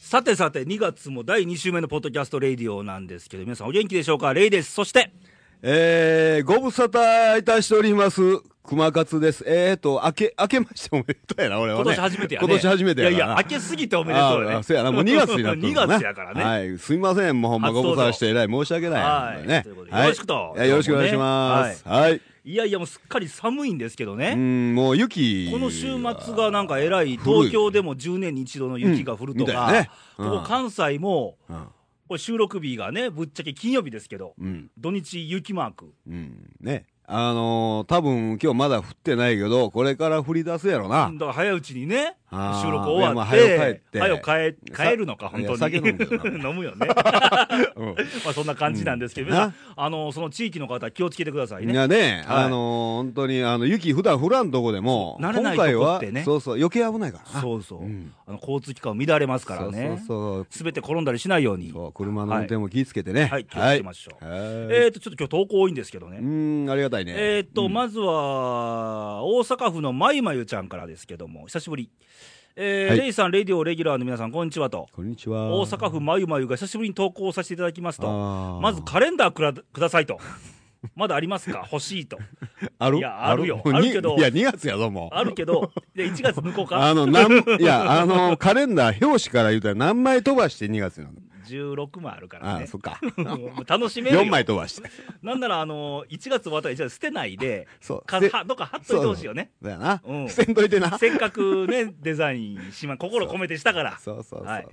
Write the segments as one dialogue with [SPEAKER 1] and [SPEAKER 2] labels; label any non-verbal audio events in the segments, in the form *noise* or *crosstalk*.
[SPEAKER 1] さてさて、2月も第2週目のポッドキャストレディオなんですけど、皆さんお元気でしょうかレイです。そして、
[SPEAKER 2] えー、ご無沙汰いたしております。熊勝です。えーと、明け、明けましておめでとうやな、俺は
[SPEAKER 1] 今
[SPEAKER 2] ね。
[SPEAKER 1] 年初めてやね。
[SPEAKER 2] 今年初めてや
[SPEAKER 1] いやいや、
[SPEAKER 2] な
[SPEAKER 1] 明けすぎておめでとう
[SPEAKER 2] あ
[SPEAKER 1] や
[SPEAKER 2] ー
[SPEAKER 1] ね。
[SPEAKER 2] そうやな、もう2月になったんだ
[SPEAKER 1] 2月やからね。
[SPEAKER 2] はい、すみません、もうほんま
[SPEAKER 1] 初
[SPEAKER 2] ご
[SPEAKER 1] 登場
[SPEAKER 2] 無沙汰してえらい申し訳ない。
[SPEAKER 1] はい
[SPEAKER 2] ね
[SPEAKER 1] ということで
[SPEAKER 2] は
[SPEAKER 1] よ
[SPEAKER 2] い
[SPEAKER 1] ろしくと
[SPEAKER 2] いやよろしくお願いします。はい。
[SPEAKER 1] いやいや、もうすっかり寒いんですけど
[SPEAKER 2] う
[SPEAKER 1] ね。
[SPEAKER 2] ん、もう雪。
[SPEAKER 1] この週末がなんかえらい、東京でも10年に一度の雪が降ると
[SPEAKER 2] うんみ
[SPEAKER 1] か、
[SPEAKER 2] たいねうん
[SPEAKER 1] ここ関西も、
[SPEAKER 2] うん。
[SPEAKER 1] これ収録日がね、ぶっちゃけ金曜日ですけど、
[SPEAKER 2] うん。
[SPEAKER 1] 土日雪マーク。
[SPEAKER 2] うん。ね。あのー、多分今日まだ降ってないけど、これから降り出すやろな
[SPEAKER 1] だ。から早いうちにね、
[SPEAKER 2] あー
[SPEAKER 1] 収録終わっ
[SPEAKER 2] いやまあ早
[SPEAKER 1] て
[SPEAKER 2] く帰って、
[SPEAKER 1] 早く帰帰るのか、
[SPEAKER 2] さ
[SPEAKER 1] 本当に。
[SPEAKER 2] いや酒飲むけど
[SPEAKER 1] *laughs* 飲むよね。
[SPEAKER 2] うん。
[SPEAKER 1] まあそんな感じなんですけど、
[SPEAKER 2] うん
[SPEAKER 1] 皆さん、あの、その地域の方、気をつけてください
[SPEAKER 2] い
[SPEAKER 1] ね。
[SPEAKER 2] やね、
[SPEAKER 1] はい
[SPEAKER 2] あのー本当にあの雪普段降らんとこでも、
[SPEAKER 1] そう慣
[SPEAKER 2] 今
[SPEAKER 1] れない
[SPEAKER 2] 回
[SPEAKER 1] とこ
[SPEAKER 2] は
[SPEAKER 1] ってね
[SPEAKER 2] そうそう余計危ないからな。
[SPEAKER 1] そうそう
[SPEAKER 2] うん。
[SPEAKER 1] あの交通機関乱れますからね。
[SPEAKER 2] そうそう
[SPEAKER 1] すべて転んだりしないように。
[SPEAKER 2] そ
[SPEAKER 1] は
[SPEAKER 2] う車の運転も気ぃつけてね。
[SPEAKER 1] い、気をつけましょう。
[SPEAKER 2] はいはい
[SPEAKER 1] えっと、ちょっと今日投稿多いんですけど
[SPEAKER 2] う
[SPEAKER 1] ね。
[SPEAKER 2] ーんありがたいね。
[SPEAKER 1] えっと、
[SPEAKER 2] うん
[SPEAKER 1] まずは、大阪府のまゆまゆちゃんからですけども、久しぶり。え
[SPEAKER 2] は
[SPEAKER 1] ー、
[SPEAKER 2] い
[SPEAKER 1] レイさん、レディオレギュラーの皆さん、こんにちはと。
[SPEAKER 2] こんにちは。
[SPEAKER 1] 大阪府まゆまゆが久しぶりに投稿させていただきますと。
[SPEAKER 2] あー
[SPEAKER 1] まずカレンダーくらくださいと。まだありますか欲しいと。
[SPEAKER 2] ある
[SPEAKER 1] いやあるよ
[SPEAKER 2] もう
[SPEAKER 1] ある
[SPEAKER 2] に
[SPEAKER 1] けど
[SPEAKER 2] いや2月やぞもう。
[SPEAKER 1] あるけど、で1月向こう
[SPEAKER 2] あ
[SPEAKER 1] か。
[SPEAKER 2] のなん
[SPEAKER 1] *laughs*
[SPEAKER 2] いやあのカレンダー表紙から言うたら何枚飛ばして2月なの。
[SPEAKER 1] 16枚あるから
[SPEAKER 2] あ
[SPEAKER 1] ね。
[SPEAKER 2] そっか。
[SPEAKER 1] *laughs* もう楽しめるよ。
[SPEAKER 2] 4枚飛ばして。
[SPEAKER 1] なんなら、あのー、1月終わったら1月捨てないで、
[SPEAKER 2] そう。
[SPEAKER 1] か
[SPEAKER 2] せ
[SPEAKER 1] はどっか貼っといてほしいよね。
[SPEAKER 2] だよな
[SPEAKER 1] う。ん
[SPEAKER 2] 捨てんといてな。
[SPEAKER 1] *laughs* せっかくね、デザインしま、心込めてしたから。
[SPEAKER 2] そうそうそう
[SPEAKER 1] はい。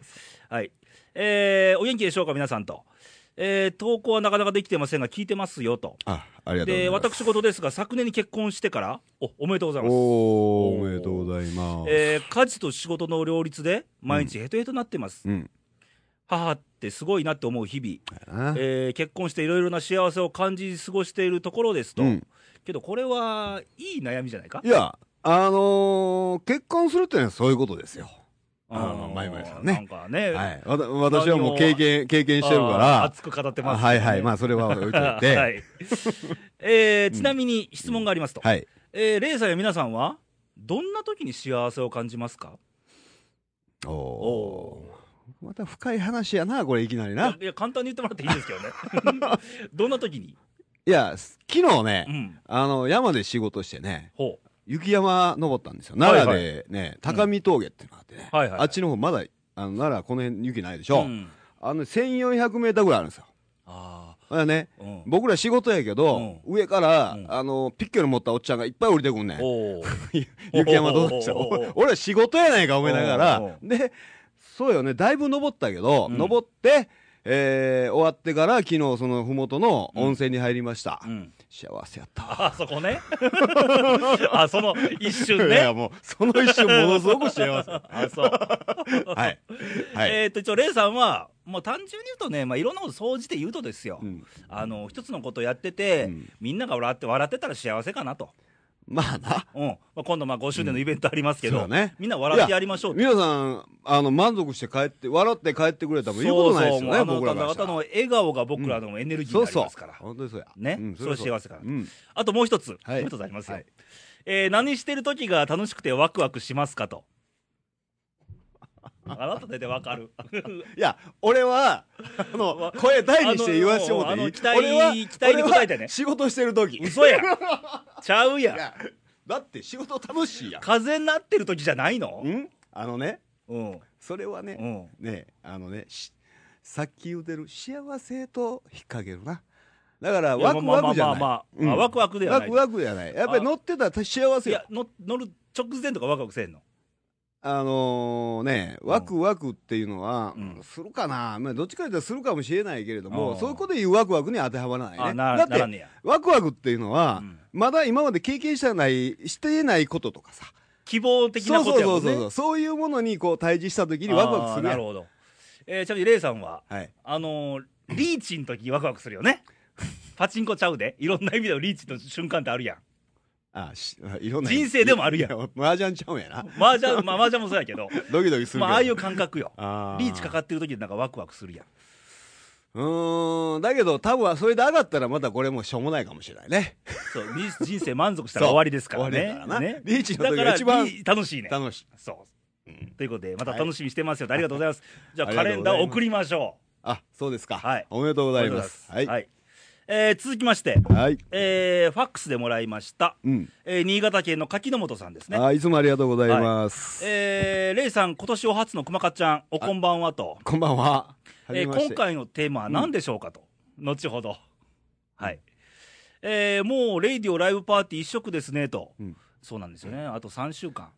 [SPEAKER 1] はい。えー、お元気でしょうか、皆さんと。えー、投稿はなかなかできてませんが、聞いてますよと。
[SPEAKER 2] あありがとうござ
[SPEAKER 1] で、
[SPEAKER 2] います。
[SPEAKER 1] 私事ですが、昨年に結婚してから、お、おめでとうございます。
[SPEAKER 2] おーおめでとうございます。
[SPEAKER 1] えー家事と仕事の両立で毎日ヘトヘトになってます、
[SPEAKER 2] うん。
[SPEAKER 1] 母ってすごいなって思う日
[SPEAKER 2] な
[SPEAKER 1] 々、えー結婚していろいろな幸せを感じ過ごしているところですと、
[SPEAKER 2] うん
[SPEAKER 1] けどこれはいい悩みじゃないか
[SPEAKER 2] いや、あのー、結婚するってのはそういうことですよ。
[SPEAKER 1] うん
[SPEAKER 2] あの前々さんね
[SPEAKER 1] なんかね、
[SPEAKER 2] はい。わた私はもう経験、経験してる
[SPEAKER 1] あー
[SPEAKER 2] か
[SPEAKER 1] 熱く語って
[SPEAKER 2] ら。
[SPEAKER 1] ます、
[SPEAKER 2] はいはい。まあ、それは置いとい
[SPEAKER 1] *laughs*
[SPEAKER 2] て。
[SPEAKER 1] は
[SPEAKER 2] はい。
[SPEAKER 1] いえーちなみに質問がありますと、えーレイさんや皆さんはどんな時に幸せを感じますか
[SPEAKER 2] お
[SPEAKER 1] お
[SPEAKER 2] おー。また深い話やな、これいきなり
[SPEAKER 1] いや
[SPEAKER 2] な。
[SPEAKER 1] いや簡単に言ってもらっていいんですけどね
[SPEAKER 2] *laughs*
[SPEAKER 1] どんな時に、
[SPEAKER 2] いや、昨日ね、
[SPEAKER 1] うん、
[SPEAKER 2] あの、山で仕事してね、
[SPEAKER 1] ほう
[SPEAKER 2] 雪山登ったんですよ。
[SPEAKER 1] はいはい
[SPEAKER 2] 奈良でね、高見峠っていうのがあってね。
[SPEAKER 1] はいはい
[SPEAKER 2] あっちの方まだ、あの、奈良この辺雪ないでしょ。
[SPEAKER 1] ん
[SPEAKER 2] あの、1400メーターぐらいあるんですよ。
[SPEAKER 1] あ
[SPEAKER 2] だからね、
[SPEAKER 1] あ、うん。
[SPEAKER 2] 僕ら仕事やけど、上から、
[SPEAKER 1] うん
[SPEAKER 2] あのピッキョル持ったおっちゃんがいっぱい降りてくんねん
[SPEAKER 1] おー
[SPEAKER 2] 雪山どうでした
[SPEAKER 1] お *laughs* ー
[SPEAKER 2] 俺は仕事やないか思いなが
[SPEAKER 1] おう
[SPEAKER 2] らでそうよねだいぶ登ったけど、
[SPEAKER 1] うん
[SPEAKER 2] 登って、えー終わってから昨日その麓の温泉に入りました、
[SPEAKER 1] うん。
[SPEAKER 2] 幸せやったわ
[SPEAKER 1] あそこ
[SPEAKER 2] *laughs*
[SPEAKER 1] ね。あ、その一瞬
[SPEAKER 2] いや
[SPEAKER 1] ね。
[SPEAKER 2] もうその一瞬ものすごく幸
[SPEAKER 1] *laughs*
[SPEAKER 2] せは
[SPEAKER 1] あ、そう。
[SPEAKER 2] いはい、
[SPEAKER 1] えっと、一応、レイさんは、もう単純に言うとね、まあ、いろんなこと総じて言うとですよ。
[SPEAKER 2] うん
[SPEAKER 1] あの、一つのことやってて、
[SPEAKER 2] うん
[SPEAKER 1] みんなが笑って、笑ってたら幸せかなと。
[SPEAKER 2] まあな
[SPEAKER 1] うん。まあ、今度、まあ、5周年のイベントありますけ
[SPEAKER 2] うん
[SPEAKER 1] ど、
[SPEAKER 2] そうだね
[SPEAKER 1] みんな笑ってやりましょうと。
[SPEAKER 2] 皆さんあの満足して帰って笑って帰ってくれたもんいいことないですよね
[SPEAKER 1] そうそうもう
[SPEAKER 2] 僕ら
[SPEAKER 1] あ
[SPEAKER 2] か
[SPEAKER 1] の
[SPEAKER 2] ら
[SPEAKER 1] 方
[SPEAKER 2] した
[SPEAKER 1] 々の
[SPEAKER 2] ら
[SPEAKER 1] 笑顔が僕らのエネルギー
[SPEAKER 2] そ
[SPEAKER 1] に
[SPEAKER 2] う
[SPEAKER 1] なり
[SPEAKER 2] そう
[SPEAKER 1] ますから。
[SPEAKER 2] 本当にそうや
[SPEAKER 1] ね
[SPEAKER 2] うん
[SPEAKER 1] それ
[SPEAKER 2] そう
[SPEAKER 1] 幸せかなと
[SPEAKER 2] うん
[SPEAKER 1] あともう一つ、
[SPEAKER 2] はい
[SPEAKER 1] もう一つありますよ。
[SPEAKER 2] はい
[SPEAKER 1] えー何してる時が楽しくてワクワクしますかと。あなた大体わ
[SPEAKER 2] *laughs*
[SPEAKER 1] かる。
[SPEAKER 2] いや、俺は、あの、声大にして言わしてもら
[SPEAKER 1] あ
[SPEAKER 2] っ
[SPEAKER 1] の
[SPEAKER 2] ていい
[SPEAKER 1] 期待
[SPEAKER 2] 俺は
[SPEAKER 1] 期待に応えてね
[SPEAKER 2] 俺は仕事してる時。い
[SPEAKER 1] 嘘やん。ちゃうやん。
[SPEAKER 2] や、だって仕事楽しいやん。
[SPEAKER 1] 風になってる時じゃないの
[SPEAKER 2] うんあのね、
[SPEAKER 1] うん。
[SPEAKER 2] それは
[SPEAKER 1] う
[SPEAKER 2] ね、
[SPEAKER 1] ん。
[SPEAKER 2] ね、あのね、しさっき言うてる幸せと引っ掛けるな。だから、ワクワクじゃ
[SPEAKER 1] まあまあまあ
[SPEAKER 2] ない。
[SPEAKER 1] まあ
[SPEAKER 2] うん
[SPEAKER 1] ワクワクではない
[SPEAKER 2] ワクワクじゃない。やっぱり乗ってたら幸
[SPEAKER 1] い
[SPEAKER 2] せよ
[SPEAKER 1] や。の、乗る直前とかワクワクせんの
[SPEAKER 2] あのね、ワクワクっていうのは、
[SPEAKER 1] うん
[SPEAKER 2] するかな、まあ、どっちかというとするかもしれないけれど
[SPEAKER 1] あ
[SPEAKER 2] も、
[SPEAKER 1] ー
[SPEAKER 2] そういうことで言うワクワクには当てはまらない
[SPEAKER 1] あ
[SPEAKER 2] ね。
[SPEAKER 1] なら
[SPEAKER 2] だっ
[SPEAKER 1] ならん
[SPEAKER 2] て、
[SPEAKER 1] ねや。
[SPEAKER 2] ワクワクっていうのは、
[SPEAKER 1] うん
[SPEAKER 2] まだ今まで経験してない、してないこととかさ、
[SPEAKER 1] 希望的なことやもんね。
[SPEAKER 2] そうそうそうそう、そういうものにこう対峙した時に
[SPEAKER 1] あー
[SPEAKER 2] ワクワクする
[SPEAKER 1] な
[SPEAKER 2] や
[SPEAKER 1] る
[SPEAKER 2] ん。
[SPEAKER 1] ほど。えーちなみにレイさんは、
[SPEAKER 2] はい。
[SPEAKER 1] あのーリーチの時ワクワクするよね。 *laughs* パチンコちゃうで。いろんな意味でのリーチの瞬間ってあるやん。
[SPEAKER 2] あし *laughs* いろんな
[SPEAKER 1] 人生でもあるやん
[SPEAKER 2] ん。麻雀ちゃうんやな。
[SPEAKER 1] 麻雀、まあ麻雀もそうやけど、
[SPEAKER 2] ドキドキするけど。
[SPEAKER 1] まあああいう感覚よ。
[SPEAKER 2] あー
[SPEAKER 1] リーチかかってる時なんかワクワクするやん。
[SPEAKER 2] うーん、だけど多分それで上がったらまたこれもしょうもないかもしれないね。
[SPEAKER 1] そう、リ人生満足したら終わりですからね。
[SPEAKER 2] そう終わりだからな
[SPEAKER 1] ね
[SPEAKER 2] リーチの時が一番
[SPEAKER 1] だからリ楽しいね。
[SPEAKER 2] 楽しい。
[SPEAKER 1] そう。ということで、また楽しみにしてますよ、ありがとうございます。じゃあ、カレンダーを送りましょ
[SPEAKER 2] あ、そうですか。
[SPEAKER 1] はい
[SPEAKER 2] おめでとうご
[SPEAKER 1] う。
[SPEAKER 2] ざいます。
[SPEAKER 1] ありがとうございますはいえー続きまして、
[SPEAKER 2] はい。
[SPEAKER 1] えーファックスでもらいました、
[SPEAKER 2] うん。
[SPEAKER 1] えー新潟県の柿の本さんですね。
[SPEAKER 2] あ、いつもありがとうございます。
[SPEAKER 1] えーレイさん、今年お初のくまかっちゃん、おこんばんはと、
[SPEAKER 2] こんばんは。
[SPEAKER 1] えー
[SPEAKER 2] はじめまして
[SPEAKER 1] 今。回のテーマは何でしょうかと、後ほど、はいえーもうレイディオライブパーティー一色ですねと、
[SPEAKER 2] うん
[SPEAKER 1] そうなんですよね、あと3週間、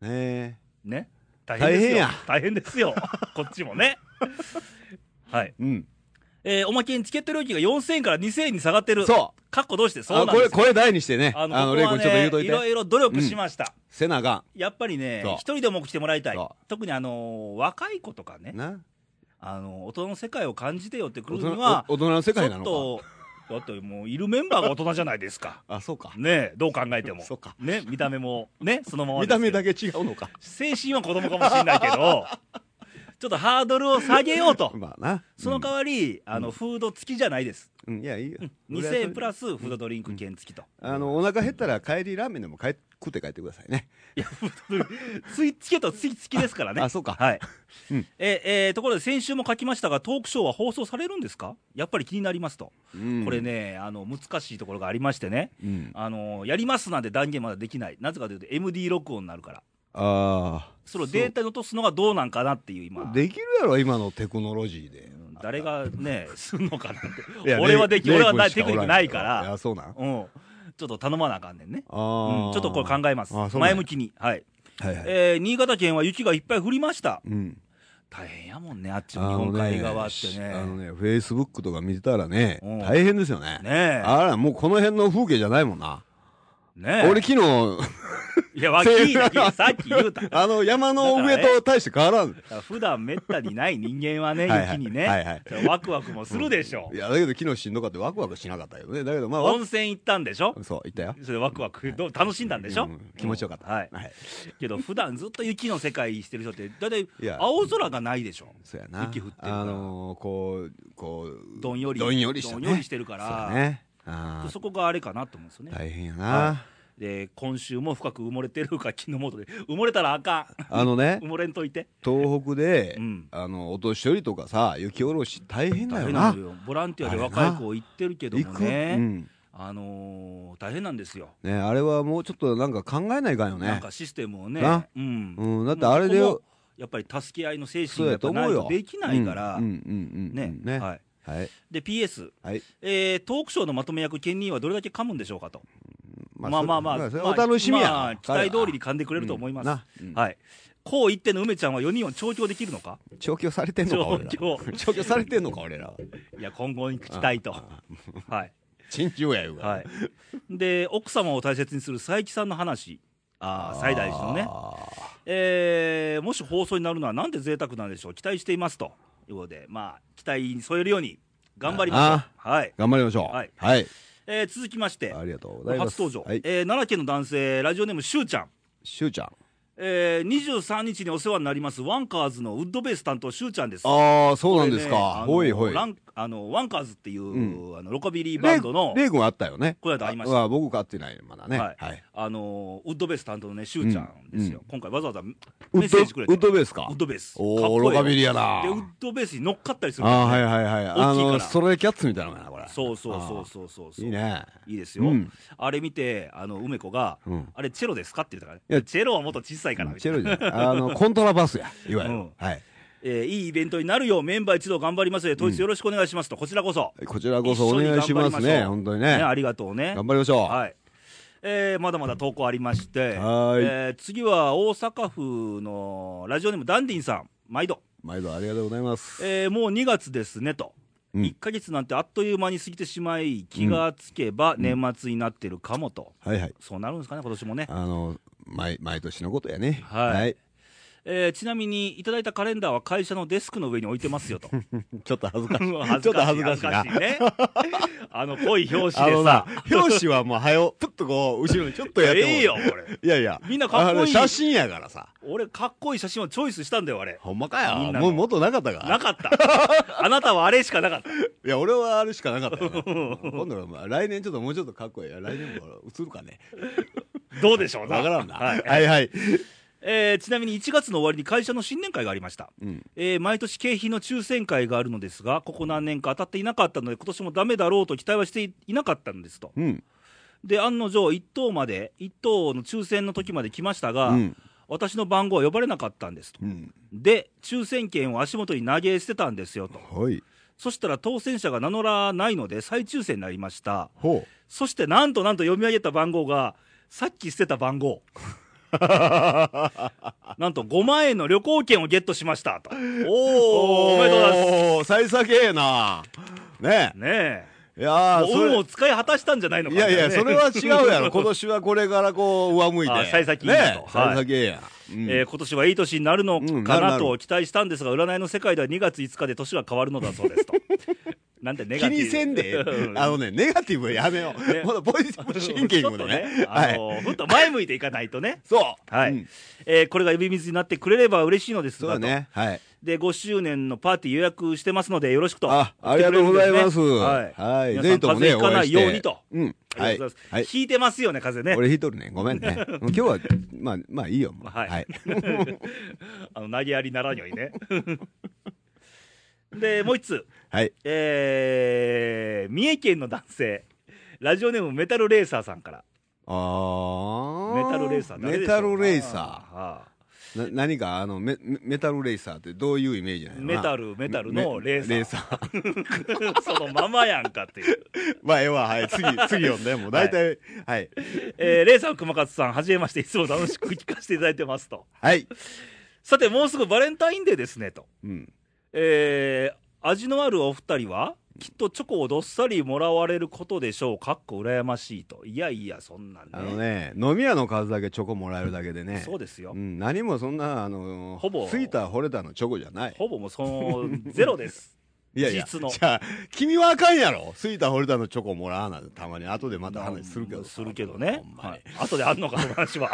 [SPEAKER 2] ね
[SPEAKER 1] ね、大変ですよ、大変ですよ *laughs* こっちもね。はい
[SPEAKER 2] えうん。
[SPEAKER 1] えーおまけにチケット料金が4000円から2000円に下がってる、
[SPEAKER 2] そ。
[SPEAKER 1] かっこどうして、そう
[SPEAKER 2] あ、
[SPEAKER 1] うなん
[SPEAKER 2] こ
[SPEAKER 1] で
[SPEAKER 2] れ、
[SPEAKER 1] すよ
[SPEAKER 2] これ題にしてね。
[SPEAKER 1] あ
[SPEAKER 2] あ
[SPEAKER 1] のこ
[SPEAKER 2] の、
[SPEAKER 1] こ
[SPEAKER 2] レイ
[SPEAKER 1] は
[SPEAKER 2] 君ちょっと言う
[SPEAKER 1] ね
[SPEAKER 2] とい
[SPEAKER 1] いろ
[SPEAKER 2] て。
[SPEAKER 1] いろ努力しました、
[SPEAKER 2] せなあか
[SPEAKER 1] やっぱりね
[SPEAKER 2] そう、
[SPEAKER 1] 一人でも多く来てもらいたい
[SPEAKER 2] そ、
[SPEAKER 1] 特に、あのー若い子とかね
[SPEAKER 2] ん。、な。
[SPEAKER 1] あの大人の世界を感じてよって来
[SPEAKER 2] 大
[SPEAKER 1] るに
[SPEAKER 2] 人
[SPEAKER 1] は、
[SPEAKER 2] お大人の世
[SPEAKER 1] ちょ
[SPEAKER 2] 界な
[SPEAKER 1] っ
[SPEAKER 2] のか。
[SPEAKER 1] と、だってもう、いるメンバーが大人じゃないですか、
[SPEAKER 2] あ、そうか。
[SPEAKER 1] ねえどう考えても
[SPEAKER 2] そうか、
[SPEAKER 1] ね、見た目も、ね、そのまま
[SPEAKER 2] 見
[SPEAKER 1] です
[SPEAKER 2] た
[SPEAKER 1] けど
[SPEAKER 2] 目だけ違う
[SPEAKER 1] *laughs*
[SPEAKER 2] のか。
[SPEAKER 1] 精神は子供かもしれないけ
[SPEAKER 2] *laughs*
[SPEAKER 1] ど、ちょっとハードルを下げようと、
[SPEAKER 2] まあな。
[SPEAKER 1] その代わり、あのフード付きじゃないです、
[SPEAKER 2] うん、うんいや、いいよ。
[SPEAKER 1] 2000円プ
[SPEAKER 2] ス。
[SPEAKER 1] ラスフードドリンク券付きと、
[SPEAKER 2] あの、お腹減ったら帰りラーメンでも帰食って帰ってくださいね。
[SPEAKER 1] ついチケット付き付きですからね。
[SPEAKER 2] あそうか
[SPEAKER 1] はい。
[SPEAKER 2] うん
[SPEAKER 1] え、えーところで先週も書きましたが、トークショーは放送されるんですかやっぱり気になりますと。これ
[SPEAKER 2] ね。
[SPEAKER 1] ね、あの、難しいところがありましてね。
[SPEAKER 2] うん。
[SPEAKER 1] あの、やりますなんて断言まだできない。なぜかというと MD 録音になるから。
[SPEAKER 2] ああ。
[SPEAKER 1] それをデータに落とすのがどうなんかなっていう今。
[SPEAKER 2] できるやろ、今のテクノロジーで
[SPEAKER 1] う。ん誰がね、 *laughs* すんのかなっ
[SPEAKER 2] い
[SPEAKER 1] て。
[SPEAKER 2] や
[SPEAKER 1] 俺はでき、俺はな
[SPEAKER 2] レイ
[SPEAKER 1] テク
[SPEAKER 2] 君し
[SPEAKER 1] ニッ
[SPEAKER 2] お
[SPEAKER 1] ク
[SPEAKER 2] ん
[SPEAKER 1] ないから。
[SPEAKER 2] あ、そうなん。
[SPEAKER 1] うん。ちょっと頼まなあかんねんね。
[SPEAKER 2] あ
[SPEAKER 1] うん
[SPEAKER 2] あ。
[SPEAKER 1] ちょっとこれ考えます。
[SPEAKER 2] あそうなん
[SPEAKER 1] 前
[SPEAKER 2] や
[SPEAKER 1] 向きに。はい。
[SPEAKER 2] はいはい。
[SPEAKER 1] えー新潟県は雪がいっぱい降りました。
[SPEAKER 2] うん。
[SPEAKER 1] 大変やもんね、あっち
[SPEAKER 2] あ
[SPEAKER 1] の日
[SPEAKER 2] の
[SPEAKER 1] 本
[SPEAKER 2] ね
[SPEAKER 1] 海側ってね。
[SPEAKER 2] あのね、フェイスブックとか見てたらね
[SPEAKER 1] うん、
[SPEAKER 2] 大変ですよね。
[SPEAKER 1] ねえ
[SPEAKER 2] あら、もうこの辺の風景じゃないもんな。
[SPEAKER 1] ねえ
[SPEAKER 2] 俺昨
[SPEAKER 1] *laughs*
[SPEAKER 2] 日、
[SPEAKER 1] いや、わきいなきさっき言うた。
[SPEAKER 2] あの山の上と大して変わらん。
[SPEAKER 1] 普段めったにない人間はね、
[SPEAKER 2] はいはい
[SPEAKER 1] 雪にね、
[SPEAKER 2] はいはい
[SPEAKER 1] それワクワクもするでしょ
[SPEAKER 2] い。や、だけど昨日しんどかったよワクワクしなかったよね。だけどまあ、わ
[SPEAKER 1] 温泉行ったんでしょ
[SPEAKER 2] そう、言ったよ。
[SPEAKER 1] それワクワク、どう楽しんだんでしょ、
[SPEAKER 2] うん気持ちよかった。
[SPEAKER 1] はい。けど、普段ずっと雪の世界してる人って、だいたい
[SPEAKER 2] いや
[SPEAKER 1] 青空がないでしょ。
[SPEAKER 2] そうやな。
[SPEAKER 1] 雪降ってるから
[SPEAKER 2] あのー、こう、こう、
[SPEAKER 1] どんより。
[SPEAKER 2] どんよりした
[SPEAKER 1] ど
[SPEAKER 2] ね。
[SPEAKER 1] んよりしてるか
[SPEAKER 2] そう
[SPEAKER 1] ら、
[SPEAKER 2] やね。あ
[SPEAKER 1] そこがあれかなと思うんですよ
[SPEAKER 2] あ、
[SPEAKER 1] ね。
[SPEAKER 2] 大変や
[SPEAKER 1] は
[SPEAKER 2] な。
[SPEAKER 1] いで、今週も深く埋もれてるか、昨日もとで、埋もれたらあか
[SPEAKER 2] あのね
[SPEAKER 1] *laughs* ん。埋、もれんといて。
[SPEAKER 2] 東北で
[SPEAKER 1] うん、
[SPEAKER 2] あの、お年寄りとかさ、雪下ろし大変だ
[SPEAKER 1] 大
[SPEAKER 2] よ
[SPEAKER 1] 変
[SPEAKER 2] な
[SPEAKER 1] なの。よボランティアで若い子行ってるけど
[SPEAKER 2] 行
[SPEAKER 1] も
[SPEAKER 2] く、う
[SPEAKER 1] ね、
[SPEAKER 2] ん。
[SPEAKER 1] あのー大変なんですよ、
[SPEAKER 2] ね、あれはもうちょっとなんか考えないかんよ
[SPEAKER 1] なん
[SPEAKER 2] ね。
[SPEAKER 1] かシステムをね
[SPEAKER 2] な、
[SPEAKER 1] うん
[SPEAKER 2] うん、だってあれで、
[SPEAKER 1] もうそこもやっぱり助け合いの精神
[SPEAKER 2] そ
[SPEAKER 1] が
[SPEAKER 2] う
[SPEAKER 1] や
[SPEAKER 2] や
[SPEAKER 1] っ
[SPEAKER 2] と
[SPEAKER 1] ぱな
[SPEAKER 2] 思
[SPEAKER 1] いうと
[SPEAKER 2] よ。
[SPEAKER 1] できないから、
[SPEAKER 2] うんうんうんうん
[SPEAKER 1] ね
[SPEAKER 2] ね。は。
[SPEAKER 1] はいい、で PS、
[SPEAKER 2] はい。
[SPEAKER 1] えートークショーのまとめ役、ケンニーはどれだけ噛むんでしょうかと、まあまあまあ、
[SPEAKER 2] それそれお楽しみやな。
[SPEAKER 1] まあ期待通りに噛んでくれると思います。
[SPEAKER 2] うんな
[SPEAKER 1] はいこう言っての梅ちゃんは4人を調教できるのか、
[SPEAKER 2] 調教されてんのか、俺ら。
[SPEAKER 1] 調
[SPEAKER 2] 調
[SPEAKER 1] 教
[SPEAKER 2] 教されてんのか、俺ら。
[SPEAKER 1] いや、今後に期待と、はい、
[SPEAKER 2] 陳情やよ。
[SPEAKER 1] はい、で奥様を大切にする佐伯さんの話、ああ、最大寺のね、
[SPEAKER 2] あ
[SPEAKER 1] えーもし放送になるのはなんで贅沢なんでしょう、期待していますということで、まあ、期待に添えるように頑張りましょう、はい
[SPEAKER 2] ー頑張りましょう。
[SPEAKER 1] は
[SPEAKER 2] はいい。
[SPEAKER 1] えー続きまして
[SPEAKER 2] あ、りがとうございます。
[SPEAKER 1] 初登場、
[SPEAKER 2] はい。
[SPEAKER 1] えー奈良県の男性、ラジオネーム、しゅうちゃん、
[SPEAKER 2] しゅうちゃん。
[SPEAKER 1] えー、23日にお世話になります、ワンカーズのウッドベース担当、しゅうちゃんです。
[SPEAKER 2] ああ、そうなんです
[SPEAKER 1] これねあ
[SPEAKER 2] か。
[SPEAKER 1] の
[SPEAKER 2] ほいほい。
[SPEAKER 1] ランあのワンカーズっていう、
[SPEAKER 2] う
[SPEAKER 1] あのロカビリーバンドの、
[SPEAKER 2] レイレイ君はあったよね。
[SPEAKER 1] この間ありました
[SPEAKER 2] ああ僕買ってない、まだね。
[SPEAKER 1] は
[SPEAKER 2] はいい。
[SPEAKER 1] あのウッドベース担当のね、しゅうちゃんですよ、
[SPEAKER 2] うん
[SPEAKER 1] 今回、わざわざメ
[SPEAKER 2] ウ
[SPEAKER 1] ッ
[SPEAKER 2] ッド
[SPEAKER 1] セ
[SPEAKER 2] ウ
[SPEAKER 1] ージくれて、
[SPEAKER 2] ッドベースか。
[SPEAKER 1] ウッドベース、
[SPEAKER 2] おー
[SPEAKER 1] かっこいいよ
[SPEAKER 2] ロカビリやな
[SPEAKER 1] で、ウッドベースに乗っかったりするから
[SPEAKER 2] あ
[SPEAKER 1] ね
[SPEAKER 2] あー、はいはいはい。
[SPEAKER 1] 大き
[SPEAKER 2] あ
[SPEAKER 1] いから
[SPEAKER 2] の、ストレイキャッツみたいなのかな、これ。
[SPEAKER 1] そうそうそ
[SPEAKER 2] あ
[SPEAKER 1] う
[SPEAKER 2] ー
[SPEAKER 1] そうそうそう
[SPEAKER 2] いいね。
[SPEAKER 1] いいですよ、
[SPEAKER 2] うん
[SPEAKER 1] あれ見てあの梅子が、
[SPEAKER 2] うん
[SPEAKER 1] あれチェロですか?」って言ったから、ね
[SPEAKER 2] いや
[SPEAKER 1] チェロはもっと小さいから」みた
[SPEAKER 2] チ
[SPEAKER 1] い
[SPEAKER 2] ェ
[SPEAKER 1] な
[SPEAKER 2] ロじゃない。あの、コントラバスや。いわゆ
[SPEAKER 1] う
[SPEAKER 2] る
[SPEAKER 1] ん。
[SPEAKER 2] はい。
[SPEAKER 1] えーいいイベントになるようメンバー一同頑張りますので当日よろしくお願いします」と、こちらこそ
[SPEAKER 2] こちらこそお願いしますね。本当にね。
[SPEAKER 1] ありがとうね
[SPEAKER 2] 頑張りましょう。
[SPEAKER 1] はいえーまだまだ投稿ありまして、
[SPEAKER 2] はーい
[SPEAKER 1] えー次は大阪府のラジオネームダンディンさん毎度、
[SPEAKER 2] 毎度ありがとうございます。
[SPEAKER 1] えーもう2月ですねと、
[SPEAKER 2] うん
[SPEAKER 1] 1ヶ月なんてあっという間に過ぎてしまい気がつけば年末になってるかもと、
[SPEAKER 2] はいはい。
[SPEAKER 1] そうなるんですかね今年もね
[SPEAKER 2] あの、毎、毎年のことやね。
[SPEAKER 1] はいえーちなみにいただいたカレンダーは会社のデスクの上に置いてますよ
[SPEAKER 2] *laughs*
[SPEAKER 1] と
[SPEAKER 2] ちょっと恥ずかしい。
[SPEAKER 1] 恥
[SPEAKER 2] ちょっと恥ずかしい
[SPEAKER 1] 恥
[SPEAKER 2] な。
[SPEAKER 1] ずねあの濃い表
[SPEAKER 2] *laughs* あ
[SPEAKER 1] 紙で
[SPEAKER 2] の
[SPEAKER 1] さ
[SPEAKER 2] な、表紙はもう、はよ、ちょっとこう、後ろにちょっとやっても
[SPEAKER 1] ええよこれ
[SPEAKER 2] いやいや。
[SPEAKER 1] みんなかっこいい
[SPEAKER 2] あの写真やからさ。
[SPEAKER 1] 俺かっこいい写真をチョイスしたんだよあれ
[SPEAKER 2] ほんまか
[SPEAKER 1] みん
[SPEAKER 2] や。
[SPEAKER 1] なの
[SPEAKER 2] もう元なかったか
[SPEAKER 1] なかった
[SPEAKER 2] *laughs*
[SPEAKER 1] あなたはあれしかなかった
[SPEAKER 2] いや、俺はあれしかなかったよ。今度はまあ、来年ちょっともうちょっとかっこいい。来年も映るかね。
[SPEAKER 1] どうでしょうな
[SPEAKER 2] わからんな。
[SPEAKER 1] はい
[SPEAKER 2] はいはい。
[SPEAKER 1] えーちなみに1月の終わりに会社の新年会がありました。
[SPEAKER 2] うん。
[SPEAKER 1] えー毎年景品の抽選会があるのですが、ここ何年か当たっていなかったので、今年もダメだろうと期待はしていいなかったんですと。
[SPEAKER 2] うん。
[SPEAKER 1] で、案の定、1等まで、1等の抽選の時まで来ましたが、
[SPEAKER 2] うん。
[SPEAKER 1] 私の番号は呼ばれなかったんですと。
[SPEAKER 2] うん。
[SPEAKER 1] で、抽選券を足元に投げ捨てたんですよと。
[SPEAKER 2] はい。
[SPEAKER 1] そしたら当選者が名乗らないので再抽選になりました。
[SPEAKER 2] ほう。
[SPEAKER 1] そしてなんとなんと読み上げた番号が、さっき捨てた番
[SPEAKER 2] *laughs*
[SPEAKER 1] 号。なんと5万円の旅行券をゲットしましたと。おー、おめでとうございます。
[SPEAKER 2] ます。幸先ええな。ね
[SPEAKER 1] ね
[SPEAKER 2] え。いや
[SPEAKER 1] え。
[SPEAKER 2] ー
[SPEAKER 1] もう運を使い果たしたんじゃないの
[SPEAKER 2] い
[SPEAKER 1] か
[SPEAKER 2] やいや、それは違う
[SPEAKER 1] *laughs*
[SPEAKER 2] やろ。今
[SPEAKER 1] こ
[SPEAKER 2] 年はこれからこう、上向い
[SPEAKER 1] あ
[SPEAKER 2] て。
[SPEAKER 1] 幸先いいなと
[SPEAKER 2] ねえ
[SPEAKER 1] はい
[SPEAKER 2] 幸先ええや。うん
[SPEAKER 1] えー今年はいい年になるの
[SPEAKER 2] うん
[SPEAKER 1] か
[SPEAKER 2] なるな
[SPEAKER 1] な
[SPEAKER 2] る
[SPEAKER 1] と期待したんですが、占いの世界では2月5日で年が変わるのだそうですと。 *laughs* なんでネガ
[SPEAKER 2] 気
[SPEAKER 1] ティブ
[SPEAKER 2] にせんで
[SPEAKER 1] う、ん
[SPEAKER 2] あのね、ネガティブはやめよう。
[SPEAKER 1] ね
[SPEAKER 2] まだポジティブシンキングで
[SPEAKER 1] ちょっ
[SPEAKER 2] ね。
[SPEAKER 1] と
[SPEAKER 2] は
[SPEAKER 1] あ
[SPEAKER 2] い。
[SPEAKER 1] のふっと前向いていかないとね。
[SPEAKER 2] そう。
[SPEAKER 1] はい、
[SPEAKER 2] うん
[SPEAKER 1] えーこれが呼び水になってくれれば嬉しいのです
[SPEAKER 2] そう
[SPEAKER 1] が
[SPEAKER 2] だね。はい。
[SPEAKER 1] とで5周年のパーティー予約してますのでよろしくと
[SPEAKER 2] あ、ありがとうございます。
[SPEAKER 1] はい、
[SPEAKER 2] はい。
[SPEAKER 1] 皆
[SPEAKER 2] ぜ
[SPEAKER 1] さ
[SPEAKER 2] ひ
[SPEAKER 1] ん
[SPEAKER 2] とも
[SPEAKER 1] 風邪
[SPEAKER 2] ね、
[SPEAKER 1] ひ
[SPEAKER 2] お
[SPEAKER 1] かな
[SPEAKER 2] 会い
[SPEAKER 1] い
[SPEAKER 2] し
[SPEAKER 1] ように
[SPEAKER 2] て。
[SPEAKER 1] と、
[SPEAKER 2] うん。
[SPEAKER 1] あ
[SPEAKER 2] は
[SPEAKER 1] りが
[SPEAKER 2] い
[SPEAKER 1] とうございます、。
[SPEAKER 2] はい。
[SPEAKER 1] 引いてますよね風邪ね
[SPEAKER 2] 俺一人ね、ごめ
[SPEAKER 1] *laughs*
[SPEAKER 2] んね。今日は、まあ、まあいいよ。もう
[SPEAKER 1] はい
[SPEAKER 2] はい。
[SPEAKER 1] あの投げやりならんようにね *laughs* でもう一つ
[SPEAKER 2] はい。
[SPEAKER 1] えー三重県の男性ラジオネームメタルレーサーさんから
[SPEAKER 2] あー。
[SPEAKER 1] メタルレーサー誰
[SPEAKER 2] メ
[SPEAKER 1] でしょう
[SPEAKER 2] タ
[SPEAKER 1] な
[SPEAKER 2] ルレーサ
[SPEAKER 1] はあ
[SPEAKER 2] ー。な、何か、あの、メ、メメタルレーサーってどういうイメージなの
[SPEAKER 1] メタルメタルのレーサー
[SPEAKER 2] レーサー。
[SPEAKER 1] *laughs* そのままやんかっていう、
[SPEAKER 2] まあ、ええわ。はい。
[SPEAKER 1] *laughs*
[SPEAKER 2] 次、次読んで。もう大体、はい。
[SPEAKER 1] えーレーサー熊勝さんはじめましていつも楽しく聞かせていただいてますと
[SPEAKER 2] はい。
[SPEAKER 1] さてもうすぐバレンタインデーですねと、
[SPEAKER 2] うん。
[SPEAKER 1] えー味のあるお二人はきっとチョコをどっさりもらわれることでしょうかっこ羨ましいといやいやそんなんね
[SPEAKER 2] あのね、飲み屋の数だけチョコもらえるだけでね。
[SPEAKER 1] そうですよ、
[SPEAKER 2] うん、何もそんな、あの、
[SPEAKER 1] ほぼ
[SPEAKER 2] ついた、惚れたのチョコじゃない。
[SPEAKER 1] ほぼもうそ
[SPEAKER 2] *laughs*
[SPEAKER 1] のゼロです
[SPEAKER 2] いやいや、
[SPEAKER 1] 実の
[SPEAKER 2] じゃあ、君はあかんやろ。スイタホルダのチョコもらわなたまに後でまた話するけど。
[SPEAKER 1] するけどね
[SPEAKER 2] ほん、ま
[SPEAKER 1] は
[SPEAKER 2] に
[SPEAKER 1] い、後であんのかその話は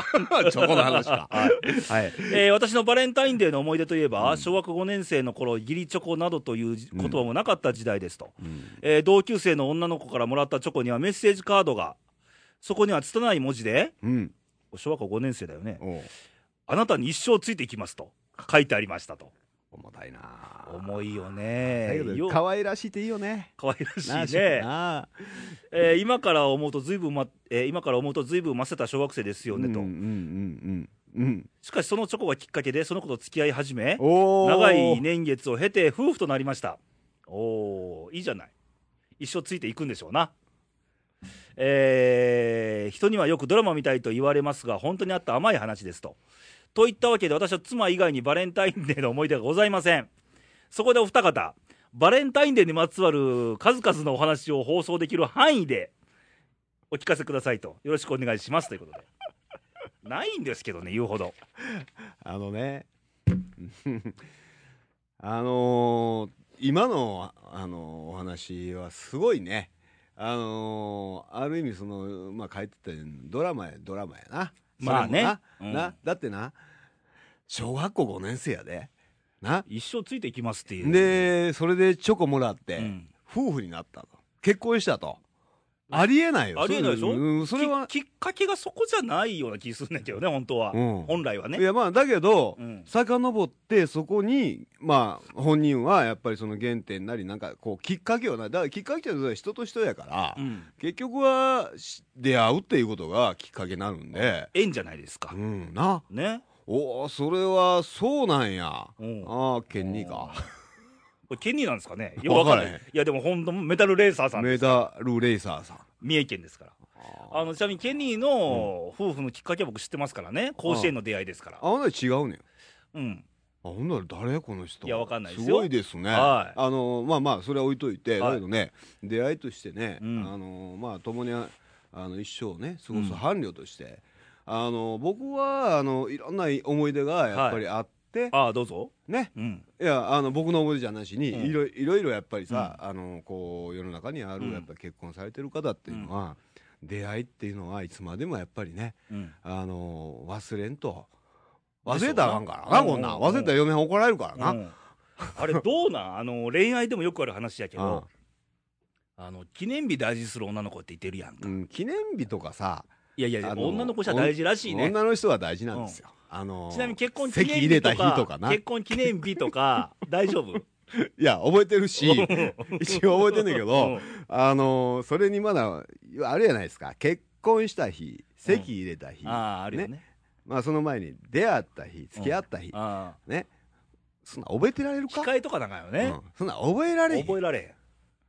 [SPEAKER 2] チョコの話か。 *laughs* はい。
[SPEAKER 1] えー私のバレンタインデーの思い出といえば、小学5年生の頃義理チョコなどという言葉もなかった時代ですと、えー同級生の女の子からもらったチョコにはメッセージカードがそこには拙い文字で
[SPEAKER 2] うん。
[SPEAKER 1] 小学校5年生だよね
[SPEAKER 2] おう
[SPEAKER 1] あなたに一生ついていきますと書いてありましたと
[SPEAKER 2] 重たいな
[SPEAKER 1] 重いよ
[SPEAKER 2] だ
[SPEAKER 1] ね
[SPEAKER 2] けど、
[SPEAKER 1] よ
[SPEAKER 2] 可愛らしいっていいよね。
[SPEAKER 1] 可愛らしい
[SPEAKER 2] な
[SPEAKER 1] ね、
[SPEAKER 2] あ
[SPEAKER 1] えー今から思うと随分ま、えー今から思うと随分ませた小学生ですよ
[SPEAKER 2] うんう
[SPEAKER 1] ね
[SPEAKER 2] ん
[SPEAKER 1] と、
[SPEAKER 2] うんうん。うん。
[SPEAKER 1] しかしそのチョコがきっかけでその子と付き合い始め
[SPEAKER 2] おー
[SPEAKER 1] 長い。年月を経て夫婦となりましたおーいいじゃない一生ついていくんでしょうなえー人にはよくドラマみたいと言われますが本当にあった甘い話ですとといったわけで私は妻以外にバレンタインデーの思い出がございませんそこでお二方バレンタインデーにまつわる数々のお話を放送できる範囲でお聞かせくださいとよろしくお願いしますということでないんですけどね言うほど
[SPEAKER 2] あのね。 *laughs* あのー今の、あのーお話はすごいね。あのーある意味その、まあ、書いてたようにドラマやドラマやな。
[SPEAKER 1] まあね
[SPEAKER 2] それもな
[SPEAKER 1] うん
[SPEAKER 2] なだってな、小学校5年生やで。な。
[SPEAKER 1] 一生ついていきますっていう
[SPEAKER 2] で、それでチョコもらって、
[SPEAKER 1] うん
[SPEAKER 2] 夫婦になったと。結婚したと。ありえないよ。
[SPEAKER 1] ありえないでしょ、
[SPEAKER 2] うんそれは。
[SPEAKER 1] ききっかけがそこじゃないような気するんだけどね本当は、
[SPEAKER 2] うん
[SPEAKER 1] 本来はいね
[SPEAKER 2] やまあだけど、
[SPEAKER 1] うん
[SPEAKER 2] 遡ってそこにまあ本人はやっぱりその原点なりなんかこうきっかけをないだからきっかけってのは人と人やから、
[SPEAKER 1] うん
[SPEAKER 2] 結局はし出会うっていうことがきっかけになるんで、
[SPEAKER 1] 縁じゃないですか
[SPEAKER 2] う、ん、な
[SPEAKER 1] ね
[SPEAKER 2] おーそれはそうなんや、
[SPEAKER 1] うん
[SPEAKER 2] ああケンニーか
[SPEAKER 1] これケニーなんですかねよくわかんない
[SPEAKER 2] わからへん
[SPEAKER 1] いやでも本当メタルレーサーさん
[SPEAKER 2] メダルレーサーさん
[SPEAKER 1] 三重県ですから
[SPEAKER 2] あ
[SPEAKER 1] あのちなみにケニーの夫婦のきっかけは僕知ってますからね甲子園の出会いですから
[SPEAKER 2] あほんなら違うねん
[SPEAKER 1] うん
[SPEAKER 2] あほんなら誰この人
[SPEAKER 1] いやわかんないですよ
[SPEAKER 2] すごいですね、
[SPEAKER 1] はい
[SPEAKER 2] あのまあまあそれは置いといて、
[SPEAKER 1] はい
[SPEAKER 2] だけどね出会いとしてね、
[SPEAKER 1] うん
[SPEAKER 2] あのまあ共にああの一生をね過ご
[SPEAKER 1] うん
[SPEAKER 2] す伴侶として、あの僕はあのいろんな思い出がやっぱりあって、
[SPEAKER 1] ああどうぞ
[SPEAKER 2] ね
[SPEAKER 1] うん
[SPEAKER 2] いやあの僕の思い出じゃなしに、
[SPEAKER 1] うん
[SPEAKER 2] いろいろいろやっぱりさ、あのこう世の中にあるやっぱり結婚されてる方っていうのは、出会いっていうのはいつまでもやっぱりね、
[SPEAKER 1] うん
[SPEAKER 2] あの忘れんと
[SPEAKER 1] でしょうな
[SPEAKER 2] 忘れたらあかんからなこんなん
[SPEAKER 1] うんうんうん
[SPEAKER 2] 忘れたら嫁はん怒られるからな、
[SPEAKER 1] うんあれどうなん *laughs* あの恋愛でもよくある話やけどあの記念日大事にする女の子っていてるやんか、
[SPEAKER 2] うん記念日とかさ
[SPEAKER 1] いやいや
[SPEAKER 2] あの
[SPEAKER 1] 女の子じゃ大事らしいね
[SPEAKER 2] 女の人は大事なんですよ、あの
[SPEAKER 1] ちなみに結婚記念
[SPEAKER 2] 籍入
[SPEAKER 1] 日
[SPEAKER 2] れ
[SPEAKER 1] と
[SPEAKER 2] た
[SPEAKER 1] か
[SPEAKER 2] 日とかな
[SPEAKER 1] 結婚記念日と
[SPEAKER 2] *laughs*
[SPEAKER 1] か大丈夫
[SPEAKER 2] いや覚えて
[SPEAKER 1] *laughs*
[SPEAKER 2] るし一応覚えてんねんけど、
[SPEAKER 1] うん
[SPEAKER 2] あのそれにまだあれじゃないですか結婚した日籍入れた日、
[SPEAKER 1] あああるよね
[SPEAKER 2] まあその前に出会った日付き合った日、
[SPEAKER 1] あ
[SPEAKER 2] ねそんな覚えてられる
[SPEAKER 1] あ
[SPEAKER 2] か
[SPEAKER 1] 控えとかなんかよね、
[SPEAKER 2] うんそんな覚えられへん
[SPEAKER 1] 覚えられ